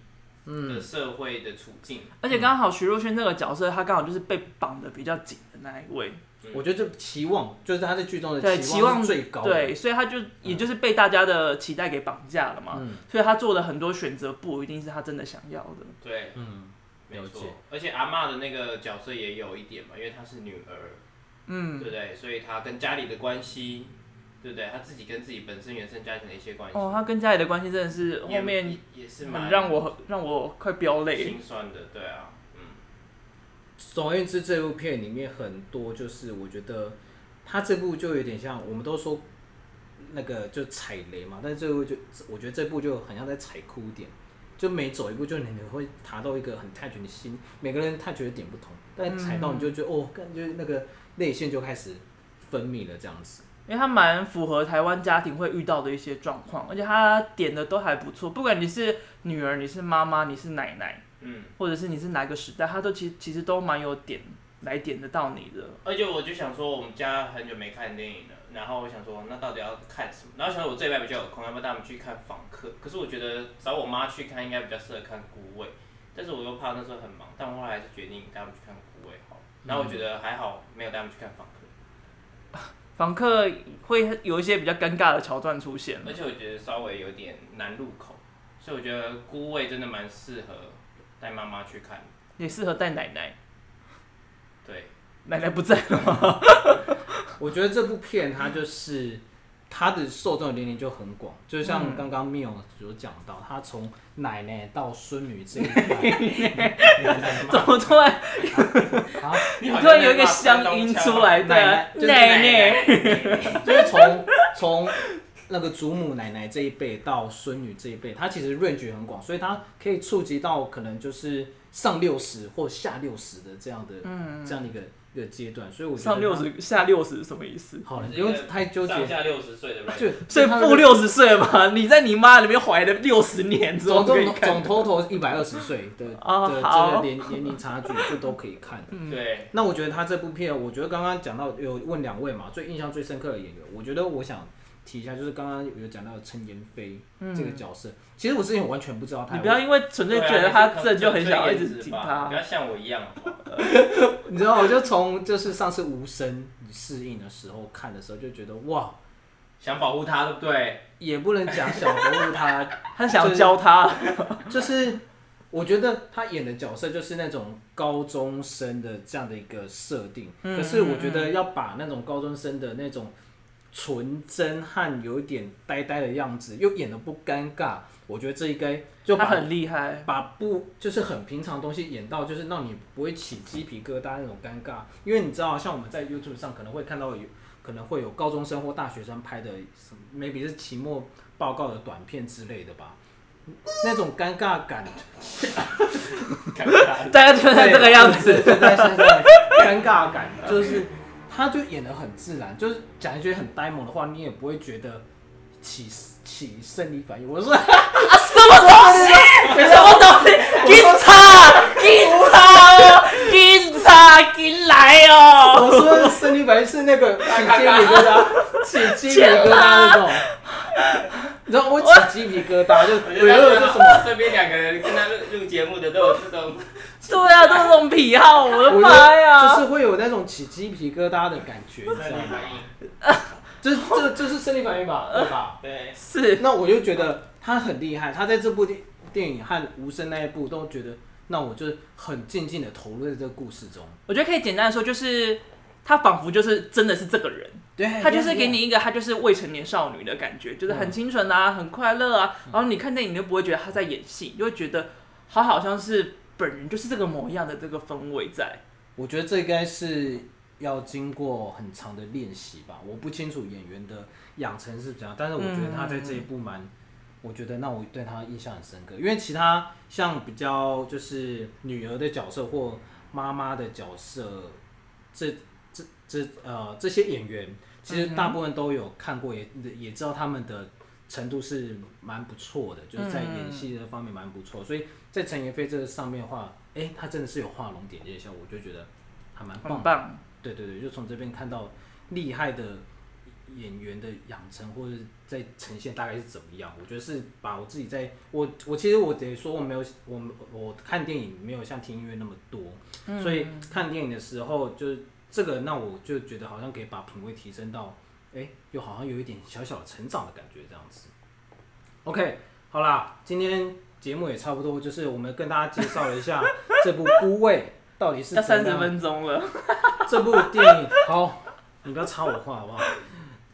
Speaker 4: 嗯
Speaker 3: 的
Speaker 2: 嗯
Speaker 3: 社会的处境，
Speaker 2: 而且刚好徐若瑄这个角色，她刚好就是被绑的比较紧的那一位，
Speaker 4: 我觉得这期望就是她在剧中的
Speaker 2: 对，期望
Speaker 4: 是最高的。
Speaker 2: 对，所以她就也就是被大家的期待给绑架了嘛，
Speaker 4: 嗯
Speaker 2: 所以她做的很多选择不一定是她真的想要的。
Speaker 3: 对，
Speaker 4: 嗯，
Speaker 3: 没
Speaker 4: 了
Speaker 3: 错
Speaker 4: 解。
Speaker 3: 而且阿嬷的那个角色也有一点嘛，因为她是女儿，对
Speaker 2: 嗯，
Speaker 3: 不对？所以她跟家里的关系，对不对？她自己跟自己本身原生家庭的一些关系，
Speaker 2: 哦，她跟家里的关系真的是
Speaker 3: 也
Speaker 2: 后面
Speaker 3: 也是蛮
Speaker 2: 很让我让我快飙泪。
Speaker 3: 心酸的，对啊，嗯，
Speaker 4: 总而言之，这部片里面很多就是我觉得它这部就有点像我们都说那个就踩雷嘛，但是这部就我觉得这部就很像在踩哭点，就每走一步就你会达到一个很探寻的心，每个人探寻的点不同，但踩到你就觉得、哦，感觉那个泪腺就开始分泌了这样子。
Speaker 2: 因为它蛮符合台湾家庭会遇到的一些状况，而且它点的都还不错。不管你是女儿，你是妈妈，你是奶奶，
Speaker 3: 嗯，
Speaker 2: 或者是你是哪个时代，它都其其实都蛮有点来点得到你的。
Speaker 3: 而且我就想说，我们家很久没看电影了，然后我想说，那到底要看什么？然后想说我这礼拜比较有空，要不要带他们去看访客？可是我觉得找我妈去看应该比较适合看孤味，但是我又怕那时候很忙，但我后来还是决定带他们去看孤味好了。然后我觉得还好，没有带他们去看访客，
Speaker 2: 访客会有一些比较尴尬的桥段出现
Speaker 3: 而且我觉得稍微有点难入口，所以我觉得孤味真的蛮适合带妈妈去看。
Speaker 2: 也适合带奶奶。
Speaker 3: 对，
Speaker 2: 奶奶不在了吗？
Speaker 4: 我觉得这部片它就是它的受众年龄就很广，就
Speaker 2: 嗯
Speaker 4: 像刚刚 Mio 有讲到，他从奶奶到孙女 这一块，
Speaker 2: 怎么突然
Speaker 4: 啊，
Speaker 3: 你
Speaker 2: 突然有一个乡音出来？对啊，
Speaker 4: 就是
Speaker 2: 奶奶。
Speaker 4: 就是从从那个祖母奶奶这一辈到孙女这一辈，它其实 range 很广，所以它可以触及到可能就是上六十或下六十的这样的、这样的一个一个阶段，所以我觉得
Speaker 2: 嗯上六
Speaker 4: 他
Speaker 2: 十下六十是什么意思？
Speaker 4: 好了，不用太纠结
Speaker 3: 上，下六十岁的
Speaker 2: 啊
Speaker 3: 人，
Speaker 4: 就
Speaker 2: 所以
Speaker 4: 他
Speaker 2: 负六十岁嘛，你在你妈里面怀了六十年之后
Speaker 4: 总
Speaker 2: 可以
Speaker 4: 总
Speaker 2: 看
Speaker 4: 总 total 一百二十岁 的的
Speaker 2: 哦
Speaker 4: 这
Speaker 2: 好
Speaker 4: 个年年龄差距就都可以看。
Speaker 3: 对，
Speaker 4: 那我觉得他这部片，我觉得刚刚讲到有问两位嘛，最印象最深刻的演员，我觉得我想提一下，就是刚刚有讲到陈妍霏这个角色，其实我之前完全不知道他
Speaker 2: 嗯你
Speaker 4: 有，
Speaker 2: 不要因为纯粹
Speaker 3: 对啊
Speaker 2: 觉得他
Speaker 3: 你是
Speaker 2: 正就很想要一
Speaker 3: 颜
Speaker 2: 直
Speaker 3: 值
Speaker 2: 挺
Speaker 3: 吧
Speaker 2: 他
Speaker 3: 哎不。要像我一样，好不好
Speaker 4: 你知道，我就从就是上次无声适应的时候看的时候，就觉得哇，
Speaker 3: 想保护他，对不对？
Speaker 4: 也不能讲小人物他
Speaker 2: 他想要教他，
Speaker 4: 就是我觉得他演的角色就是那种高中生的这样的一个设定，
Speaker 2: 嗯
Speaker 4: 可是我觉得要把那种高中生的那种纯真和有一点呆呆的样子，又演的不尴尬，我觉得这应该就
Speaker 2: 他
Speaker 4: 把
Speaker 2: 很厉害。
Speaker 4: 把不就是很平常的东西演到就是让你不会起鸡皮疙瘩那种尴尬，因为你知道，像我们在 YouTube 上可能会看到有可能会有高中生或大学生拍的什么，maybe 是期末报告的短片之类的吧，那种尴尬感，
Speaker 3: 看他
Speaker 2: 大家就像 这个样子，
Speaker 4: 对，就在现在尴尬感就是他就演的很自然，就是讲一句很呆萌的话，你也不会觉得起起生理反应。我说
Speaker 2: 啊，什么东西？什么东西？警察，警察，警察，进来哦！
Speaker 4: 我说的生理反应是那个起鸡皮疙瘩，起鸡皮疙瘩那种。你知道我起鸡皮疙瘩就，
Speaker 3: 我
Speaker 4: 我
Speaker 3: 觉
Speaker 4: 觉得
Speaker 3: 得
Speaker 4: 这什么？
Speaker 3: 么？身边两个人跟他录录节目的都有这种，
Speaker 2: 对啊，都是这种癖好，我的
Speaker 4: 我
Speaker 2: 妈
Speaker 4: 就就
Speaker 2: 呀！
Speaker 4: 是会有那种起鸡皮疙瘩的感觉，你知道
Speaker 3: 生理
Speaker 4: 吗
Speaker 3: 反？应，
Speaker 4: 这这这是生理反应吧，对吧？
Speaker 3: 对，
Speaker 2: 是，
Speaker 4: 那我就觉得他很厉害，他在这部电电影和无声那一部都觉得，那我就很静静的投入在这个故事中。
Speaker 2: 我觉得可以简单的说，就是他仿佛就是真的是这个人，
Speaker 4: 对，
Speaker 2: 他就是给你一个他就是未成年少女的感觉，就是很清纯啊，很快乐啊。然后你看电影你就不会觉得他在演戏，你就会觉得他好像是本人就是这个模样的这个氛围在。
Speaker 4: 我觉得这应该是要经过很长的练习吧。我不清楚演员的养成是怎样，但是我觉得他在这一部蛮，我觉得让我对他印象很深刻。因为其他像比较就是女儿的角色或妈妈的角色，这这这呃这些演员，其实大部分都有看过，也也知道他们的。程度是蛮不错的，就是在演戏的方面蛮不错，所以在陈妍霏这个上面的话，哎、她真的是有画龙点睛的效果，我就觉得还蛮棒
Speaker 2: 很
Speaker 4: 的。
Speaker 2: 棒，
Speaker 4: 对对对，就从这边看到厉害的演员的养成，或者在呈现大概是怎么样。我觉得是把我自己在我我其实我得说我没有我我看电影没有像听音乐那么多，
Speaker 2: 嗯
Speaker 4: 所以看电影的时候就是这个，那我就觉得好像可以把品味提升到，哎，又好像有一点小小的成长的感觉这样子。OK，好啦，今天节目也差不多，就是我们跟大家介绍了一下这部《孤味》到底是
Speaker 2: 要
Speaker 4: 怎
Speaker 2: 三十
Speaker 4: 样
Speaker 2: 分钟了，
Speaker 4: 这部电影，好，你不要插我话好不好？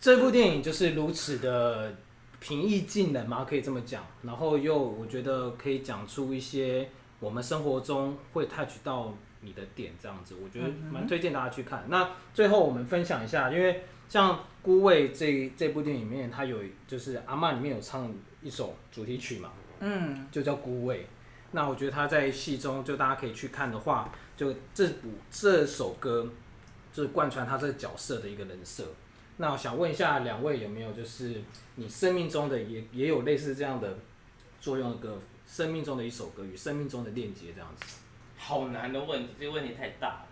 Speaker 4: 这部电影就是如此的平易近人嘛，可以这么讲。然后又我觉得可以讲出一些我们生活中会 touch 到你的点，这样子，我觉得蛮推荐大家去看。那最后我们分享一下，因为像《孤味》这这部电影里面，它有就是阿嬷里面有唱一首主题曲嘛，
Speaker 2: 嗯，
Speaker 4: 就叫《孤味》。那我觉得他在戏中，就大家可以去看的话，就这部这首歌，就是贯穿他这个角色的一个人设。那我想问一下两位有没有，就是你生命中的也也有类似这样的作用的歌，生命中的一首歌与生命中的链接这样子？
Speaker 3: 好难的问题，这个问题太大了。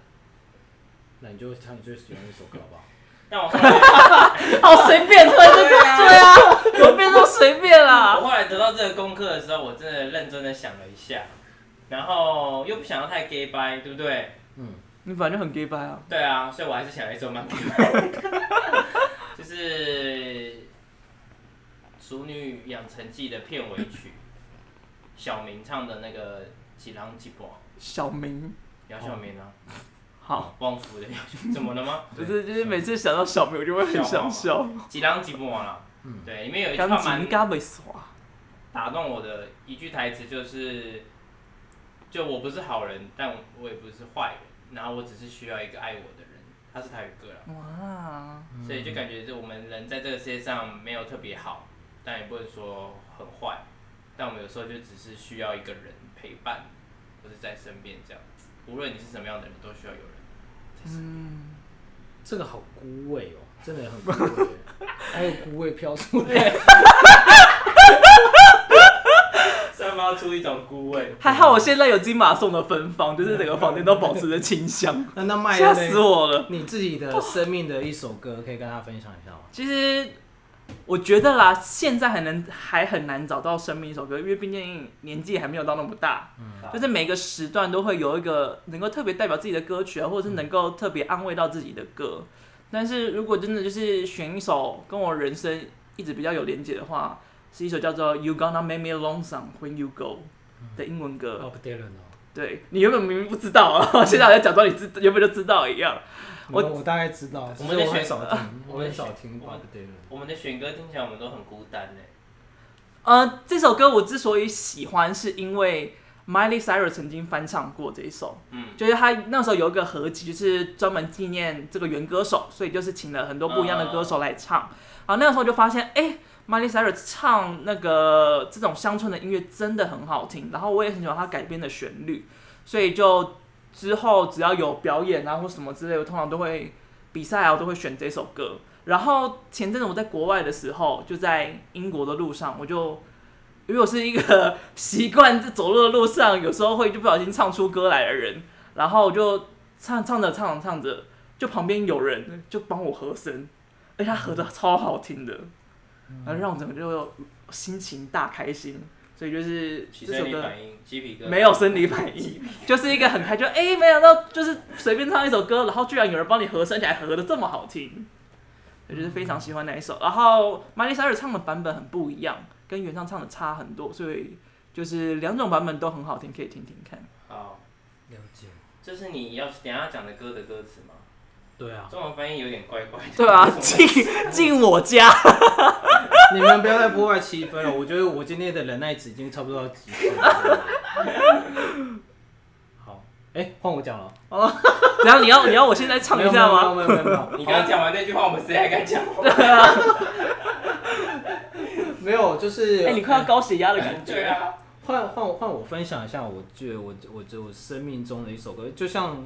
Speaker 4: 那你就唱你最喜欢的一首歌 好不好？
Speaker 3: 但我后来
Speaker 2: 好随便，突然就对啊，怎么变这么随便啊啦
Speaker 3: 我？后来得到这个功课的时候，我真的认真的想了一下，然后又不想要太 gay 掰，对不对？
Speaker 4: 嗯
Speaker 2: 你本来就很 gay 掰啊，
Speaker 3: 对啊，所以我还是想要一首蛮 gay 掰的歌，就是《熟女养成记》的片尾曲，小明唱的那个《几郎几波
Speaker 2: 小明，》，
Speaker 3: 姚小明啊，
Speaker 2: 好，
Speaker 3: 旺福的姚小明，怎么了吗？
Speaker 2: 不是，就是每次想到小明，我就会很想笑。哎
Speaker 3: 几郎几波啦，啊对，里面有一句
Speaker 2: 钢
Speaker 3: 话
Speaker 2: 琴
Speaker 3: 蛮
Speaker 2: 嘎没耍，
Speaker 3: 打动我的一句台词就是：“就我不是好人，但我也不是坏人，然后我只是需要一个爱我的人。”他是台语歌啦，
Speaker 2: 哇，
Speaker 3: 所以就感觉是我们人在这个世界上没有特别好，但也不能说很坏，但我们有时候就只是需要一个人陪伴，或者在身边这样子。无论你是什么样的人，都需要有人在
Speaker 4: 这个好孤味哦，真的很孤味， 还有孤味飘出
Speaker 2: 哎
Speaker 4: 来。
Speaker 3: 散发出一种孤味。
Speaker 2: 还好我现在有金马送的芬芳，就是整个房间都保持着清香，
Speaker 4: 那那麦
Speaker 2: 吓
Speaker 4: 呢？
Speaker 2: 死我了。
Speaker 4: 你自己的生命的一首歌，可以跟大家分享一下吗？
Speaker 2: 其实我觉得啦，现在很难，还很难找到生命一首歌，因为毕竟年纪还没有到那么大，就是每个时段都会有一个能够特别代表自己的歌曲啊，或者是能够特别安慰到自己的歌。但是如果真的就是选一首跟我人生一直比较有连结的话，是一首叫做《You Gonna Make Me Long Song When You Go》的英文歌。
Speaker 4: 哦，不对了哦，
Speaker 2: 对你原本明明不知道啊， 现在好像假装你知原本就知道一样。我
Speaker 4: 我我大概知道，只是
Speaker 3: 我们在
Speaker 4: 我很
Speaker 3: 选
Speaker 4: 少听，
Speaker 3: 我
Speaker 4: 我
Speaker 3: 们
Speaker 4: 很
Speaker 3: 在
Speaker 4: 少
Speaker 3: 选
Speaker 4: 听
Speaker 3: 我们
Speaker 4: Bob Dylan。
Speaker 3: 我们的选歌听起来我们都很孤单欸呢。
Speaker 2: 呃，这首歌我之所以喜欢，是因为 Miley Cyrus 曾经翻唱过这一首，
Speaker 3: 嗯，
Speaker 2: 就是他那时候有一个合集，就是专门纪念这个原歌手，所以就是请了很多不一样的歌手来唱。然后那个时候就发现，哎、m i l e y Cyrus 唱那个这种乡村的音乐真的很好听，然后我也很喜欢他改编的旋律，所以就之后只要有表演啊或什么之类的，我通常都会比赛啊，我都会选这首歌。然后前阵子我在国外的时候，就在英国的路上，我就因为我是一个习惯在走路的路上，有时候会就不小心唱出歌来的人，然后我就唱唱着唱着唱着，就旁边有人就帮我和声，而且他和的超好听的，然后让我整个就心情大开心，所以就是
Speaker 3: 起
Speaker 2: 这首
Speaker 3: 身体
Speaker 2: 歌。
Speaker 3: 反应，鸡皮疙瘩。
Speaker 2: 没有生理反应，就是一个很开就哎、诶没想到就是随便唱一首歌，然后居然有人帮你和声，而且还和的这么好听，我就是非常喜欢那一首。然后玛丽莎尔唱的版本很不一样，跟原唱唱的差很多，所以就是两种版本都很好听，可以听听看。
Speaker 3: 好，
Speaker 4: 了解。
Speaker 3: 哦这是你要等一下讲的歌的歌词吗？
Speaker 4: 对啊，
Speaker 3: 中文翻译有点怪怪的。
Speaker 2: 对啊
Speaker 3: 为什，么
Speaker 2: 进进我家，
Speaker 4: 你们不要再破坏气氛了。我觉得我今天的忍耐值已经差不多要极限了。好，哎，换我讲了。
Speaker 2: 然后你要你要我现在唱一下吗？
Speaker 4: 没有没有没有没有没有，
Speaker 3: 你刚讲完那句话，我们谁还敢讲？
Speaker 4: 没有，就是
Speaker 2: 哎、你快要高血压的感
Speaker 3: 对
Speaker 2: 觉。
Speaker 3: 啊，
Speaker 4: 换换换我分享一下，我觉得我我觉得我生命中的一首歌，就像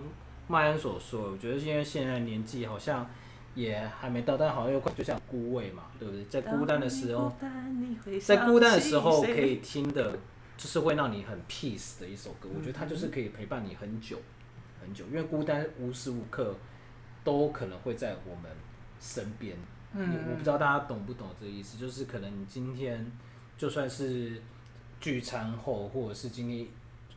Speaker 4: 麦恩所说，我觉得因为现在年纪好像也还没到，但好像又快，就像孤味嘛，对不对？在孤单的时候，，在孤单的时候可以听的，就是会让你很 peace 的一首歌。我觉得它就是可以陪伴你很久很久，因为孤单无时无刻都可能会在我们身边。
Speaker 2: 嗯
Speaker 4: 我不知道大家懂不懂这个意思，就是可能你今天就算是聚餐后，或者是今天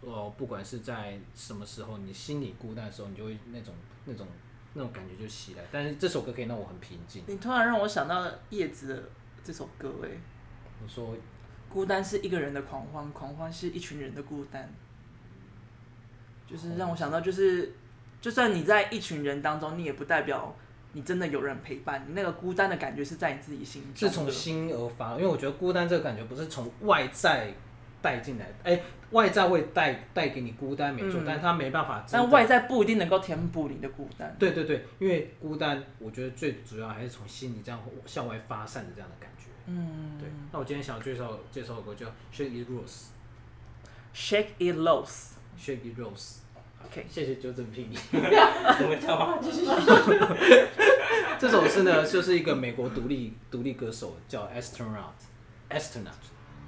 Speaker 4: 哦，不管是在什么时候，你心里孤单的时候，你就会那种那种那种感觉就袭来。但是这首歌可以让我很平静。
Speaker 2: 你突然让我想到了叶子的这首歌、哎。
Speaker 4: 我说
Speaker 2: 孤单是一个人的狂欢，狂欢是一群人的孤单。就是让
Speaker 4: 哦
Speaker 2: 我想到，就是就算你在一群人当中，你也不代表你真的有人陪伴，你那个孤单的感觉是在你自己心中的。
Speaker 4: 是从心而发，因为我觉得孤单这个感觉不是从外在带进来的，哎、外在会带带给你孤单没错，
Speaker 2: 嗯
Speaker 4: 但它没办法真的。
Speaker 2: 但外在不一定能够填补你的孤单。
Speaker 4: 对对对，因为孤单，我觉得最主要还是从心里这样向外发散的这样的感觉。
Speaker 2: 嗯，
Speaker 4: 对，那我今天想介绍介绍的歌叫《Shake It Rose
Speaker 2: Shake it loose。》
Speaker 4: ，Shake It Rose。
Speaker 2: OK
Speaker 4: 谢谢纠正屁。
Speaker 3: 我们讲话就是
Speaker 4: 这首是呢，就是一个美国独立独立歌手叫 Astronaut，Astronaut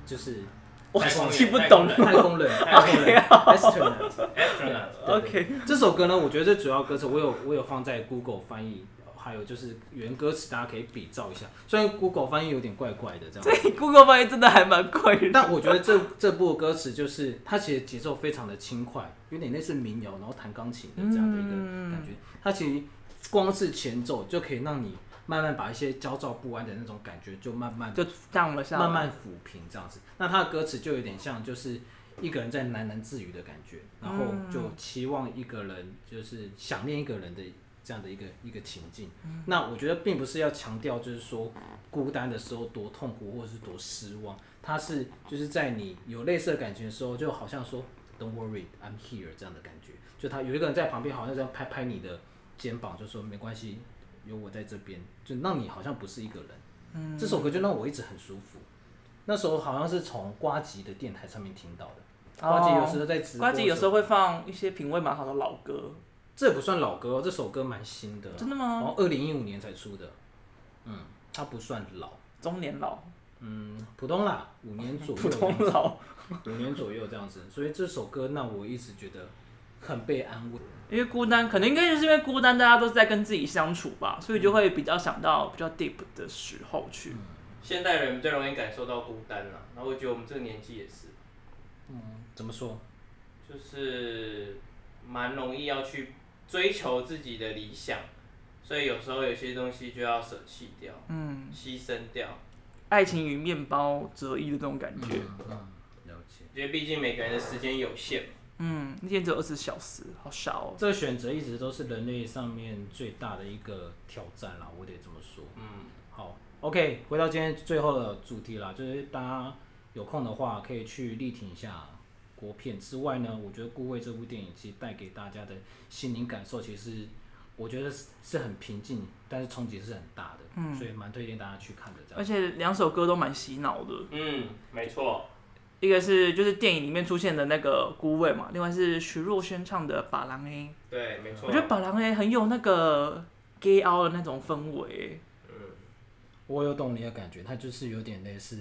Speaker 4: 就是
Speaker 2: 我
Speaker 3: 太空人
Speaker 2: 听不懂。
Speaker 4: 太空人，太空人 Astronaut。
Speaker 3: astronaut。
Speaker 4: 对
Speaker 2: OK，
Speaker 4: 这首歌呢，我觉得最主要歌词我有我有放在 Google 翻译，还有就是原歌词，大家可以比照一下。虽然 Google 翻译有点怪怪的这 样，
Speaker 2: 这 Google 翻译真的还蛮贵的。
Speaker 4: 但我觉得这这部歌词就是它其实节奏非常的轻快，有点类似民谣，然后弹钢琴的这样的一个
Speaker 2: 嗯
Speaker 4: 感觉。它其实光是前奏就可以让你慢慢把一些焦躁不安的那种感觉就慢慢
Speaker 2: 就 down 了下来。
Speaker 4: 慢慢抚平这样子。那他的歌词就有点像，就是一个人在喃喃自语的感觉，然后就期望一个人，就是想念一个人的这样的一个一个情境。那我觉得并不是要强调，就是说孤单的时候多痛苦或者是多失望，它是就是在你有类似的感情的时候，就好像说 Don't worry, I'm here 这样的感觉。就他有一个人在旁边，好像这样拍拍你的肩膀，就说没关系，有我在这边，就让你好像不是一个人。嗯，这首歌就让我一直很舒服。那时候好像是从瓜吉的电
Speaker 2: 哦
Speaker 4: 台上面听到的，瓜吉有时候在直播的时候，
Speaker 2: 瓜吉有时候会放一些品味蛮好的老歌，
Speaker 4: 这也不算老歌哦，这首歌蛮新的啦，
Speaker 2: 真的吗
Speaker 4: 然后二零一五年才出的，嗯，它不算老，
Speaker 2: 中年老，
Speaker 4: 嗯，普通啦，五年左右，
Speaker 2: 普通老，
Speaker 4: 五年左右这样子，所以这首歌那我一直觉得很被安慰。
Speaker 2: 因为孤单，可能应该就是因为孤单，大家都是在跟自己相处吧，所以就会比较想到比较 deep 的时候去。
Speaker 3: 现代人最容易感受到孤单了、然后我觉得我们这个年纪也是，
Speaker 4: 怎么说？
Speaker 3: 就是蛮容易要去追求自己的理想，所以有时候有些东西就要舍弃掉，
Speaker 2: 嗯，
Speaker 3: 牺牲掉。
Speaker 2: 爱情与面包择一的那种感觉。
Speaker 4: 嗯，了解。
Speaker 3: 因为毕竟每个人的时间有限嘛，
Speaker 2: 嗯，一天只有二十小时，好少哦。
Speaker 4: 这个选择一直都是人类上面最大的一个挑战啦，我得这么说。
Speaker 3: 嗯，
Speaker 4: 好，OK，回到今天最后的主题啦，就是大家有空的话可以去力挺一下国片之外呢，我觉得《顾魏》这部电影其实带给大家的心灵感受，其实我觉得是是很平静，但是冲击是很大的，嗯，所以蛮推荐大家去看的这样
Speaker 2: 而。且两首歌都蛮洗脑的，
Speaker 3: 嗯，没错，
Speaker 2: 一个是就是电影里面出现的那个孤味嘛，另外是徐若瑄唱的《把郎 A》，
Speaker 3: 对，没错。
Speaker 2: 我觉得《把郎 A》很有那个 gay out 的那种氛 围。
Speaker 4: 我有懂你的感觉，它就是有点类似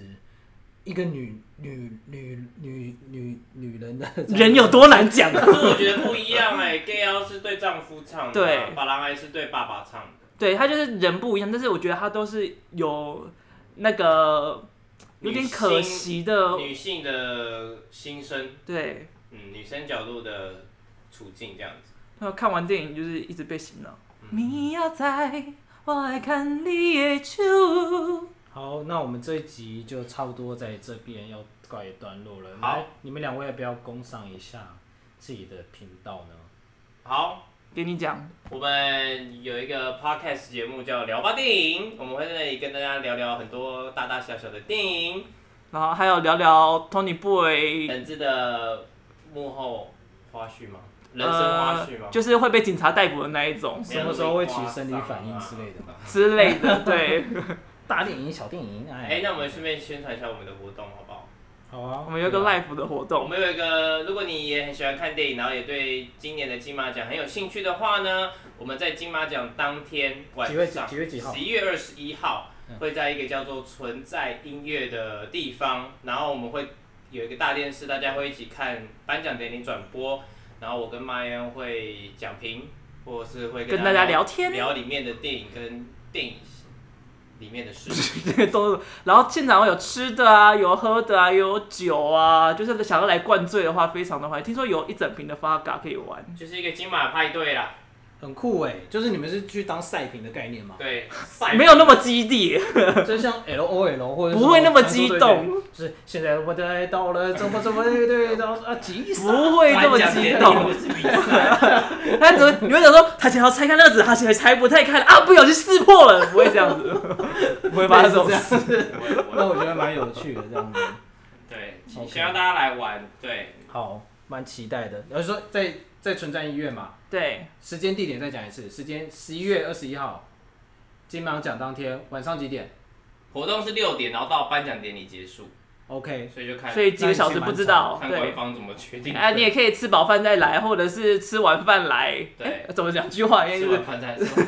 Speaker 4: 一个女女女女女女人的
Speaker 2: 人有多难讲啊？
Speaker 3: 可是我觉得不一样哎、g a y L 是对丈夫唱的，啊
Speaker 2: 对
Speaker 3: 巴郎还是对爸爸唱的，
Speaker 2: 对他就是人不一样，但是我觉得他都是有那个有点可惜的，
Speaker 3: 女性的心声，
Speaker 2: 对。
Speaker 3: 嗯，女生角度的处境这样子。
Speaker 2: 那看完电影就是一直被洗脑。
Speaker 3: 嗯
Speaker 2: 明仔载我爱牵你的手。
Speaker 4: 好，那我们这一集就差不多在这边要告一段落了。
Speaker 3: 好
Speaker 4: 来，你们两位要不要工上一下自己的频道呢？
Speaker 3: 好，
Speaker 2: 给你讲，
Speaker 3: 我们有一个 podcast 节目叫《聊吧电影》，我们会在那里跟大家聊聊很多大大小小的电影，
Speaker 2: 然后还有聊聊 Tony Boy
Speaker 3: 本次的幕后花絮吗？人生花絮吗？
Speaker 2: 呃就是会被警察逮捕的那一种
Speaker 3: 没有
Speaker 4: 什么时候会起生理反应之类的吗？
Speaker 2: 之类的。对，
Speaker 4: 大电影、小电影，哎，
Speaker 3: 哎、那我们顺便宣传一下我们的活动好不好？
Speaker 4: 好啊，
Speaker 2: 我们有一个 live 的活
Speaker 3: 我
Speaker 2: 动，
Speaker 3: 们有一个，如果你也很喜欢看电影，然后也对今年的金马奖很有兴趣的话呢，我们在金马奖当天晚
Speaker 4: 几月几
Speaker 3: 上，
Speaker 4: 几月几号
Speaker 3: 十一月二十一号，
Speaker 2: 嗯
Speaker 3: 会在一个叫做“存在音乐”的地方，然后我们会有一个大电视，大家会一起看颁奖典礼转播，然后我跟麦恩会讲评，或者是会
Speaker 2: 跟
Speaker 3: 大
Speaker 2: 大家
Speaker 3: 聊
Speaker 2: 聊天
Speaker 3: 聊里面的电影跟电影里面的事情。
Speaker 2: 都然后现场会有吃的啊，有喝的啊，有酒啊，就是想要来灌醉的话，非常的欢迎。听说有一整瓶的发嘎可以玩，
Speaker 3: 就是一个金马派对啦，，
Speaker 4: 很酷哎，就是你们是去当赛评的概念嘛
Speaker 3: 对，赛
Speaker 2: 没有那么激烈，
Speaker 4: 就像 L O L 或者是
Speaker 2: 不会那么
Speaker 4: 什
Speaker 2: 激动
Speaker 4: 传说对决，就是现在我来到了怎么怎么对对到啊急死了，
Speaker 2: 不会这么
Speaker 3: 颁奖
Speaker 2: 激
Speaker 3: 典礼
Speaker 2: 动
Speaker 3: 不。是比赛。
Speaker 2: 他只会你会想说，他想要拆开那个纸，他现在拆不太开了啊，不小心撕破了，不会这样子，不会发生这种
Speaker 4: 类
Speaker 2: 事。
Speaker 4: 似这样，
Speaker 3: 我我
Speaker 4: 那我觉得蛮有趣的这样子。
Speaker 3: 对，
Speaker 4: OK
Speaker 3: 希望大家来玩。对，
Speaker 4: 好，蛮期待的。要是说在在存在音乐嘛，
Speaker 2: 对，
Speaker 4: 时间地点再讲一次，时间十一月二十一号，金马奖当天晚上几点
Speaker 3: 活动是六点，然后到颁奖典礼结束，
Speaker 4: ？OK，
Speaker 3: 所以就看
Speaker 2: 所以几个小时不知道，
Speaker 3: 看
Speaker 2: 对
Speaker 3: 官。方怎么决定。
Speaker 2: 哎、你也可以吃饱饭再来，或者是吃完饭来。
Speaker 3: 对
Speaker 2: 哎怎么讲？句话应该
Speaker 3: 吃
Speaker 2: 就是
Speaker 3: 完饭再说。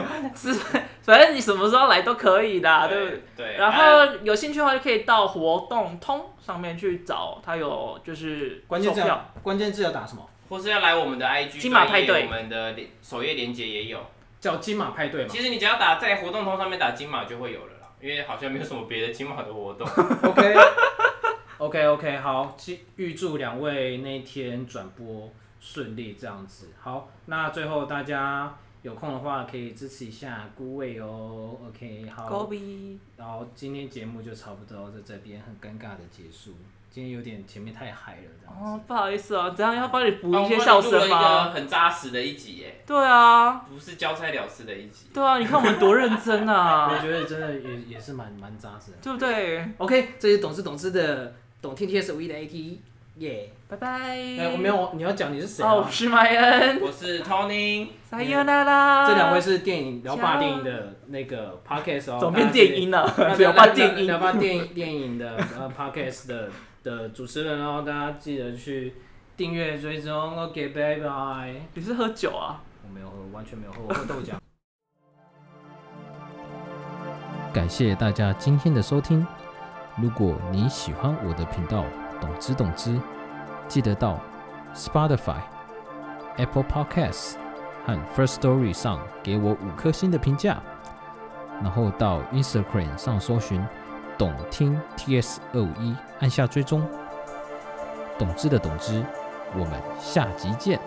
Speaker 2: 吃，反正你什么时候来都可以的、啊对不对？
Speaker 3: 对，
Speaker 2: 然
Speaker 3: 啊
Speaker 2: 后有兴趣的话，就可以到活动通上面去找，它有就是
Speaker 4: 关键
Speaker 2: 售
Speaker 4: 字要
Speaker 2: 票，
Speaker 4: 关键字要打什么？
Speaker 3: 或是要来我们的 IG
Speaker 2: 金马
Speaker 3: 专
Speaker 2: 派
Speaker 3: 页
Speaker 2: 对
Speaker 3: 我们的连首页连接也有。
Speaker 4: 叫金马派 对嘛
Speaker 3: 其实你只要打在活动通上面打金马就会有了啦，因为好像没有什么别的金马的活动。
Speaker 4: ？OK。OK OK，好，期预祝两位那一天转播顺利，这样子。好，那最后大家有空的话可以支持一下孤味哦。OK，
Speaker 2: 高
Speaker 4: 好，
Speaker 2: 比
Speaker 4: 然后今天节目就差不多在这边很尴尬的结束。今天有点前面太嗨了，这样子。
Speaker 2: 哦，不好意思哦，怎样要帮你 补
Speaker 3: 我
Speaker 2: 一些
Speaker 3: 们
Speaker 2: 笑
Speaker 3: 录了
Speaker 2: 声
Speaker 3: 一
Speaker 2: 吗
Speaker 3: 个？很扎实的一集耶，
Speaker 2: 对啊，
Speaker 3: 不是交差了事的一集。
Speaker 2: 对啊，你看我们多认真
Speaker 4: 我
Speaker 2: 啊，
Speaker 4: 觉得真的也也是蛮蛮扎实的。
Speaker 2: 对不对？
Speaker 4: OK，这是懂事懂事的懂 T T S 唯一的 A T，耶！E，
Speaker 2: 拜拜。
Speaker 4: 哎，我没有，你要讲你是谁啊？
Speaker 2: 哦，我是麦恩，
Speaker 3: 我是 Tony，
Speaker 2: 再见啦。
Speaker 4: 这两位是电影聊吧电影的那个 podcast 哦，
Speaker 2: 怎么变电音了啊
Speaker 4: 大家？记得？
Speaker 2: 聊吧电音
Speaker 4: 聊。吧电影电影的呃 podcast 的的主持人哦，大家记得去订阅追踪。OK，拜拜。
Speaker 2: 你是喝酒啊？
Speaker 4: 我没有喝，完全没有喝，我喝豆浆。 感谢大家今天的收听。如果你喜欢我的频道“懂之懂之”，记得到 Spotify、Apple Podcasts 和 First Story 上给我五颗星的评价，然后到 Instagram 上搜寻“懂听 TS 二五一”，按下追踪。懂之的懂之，我们下集见。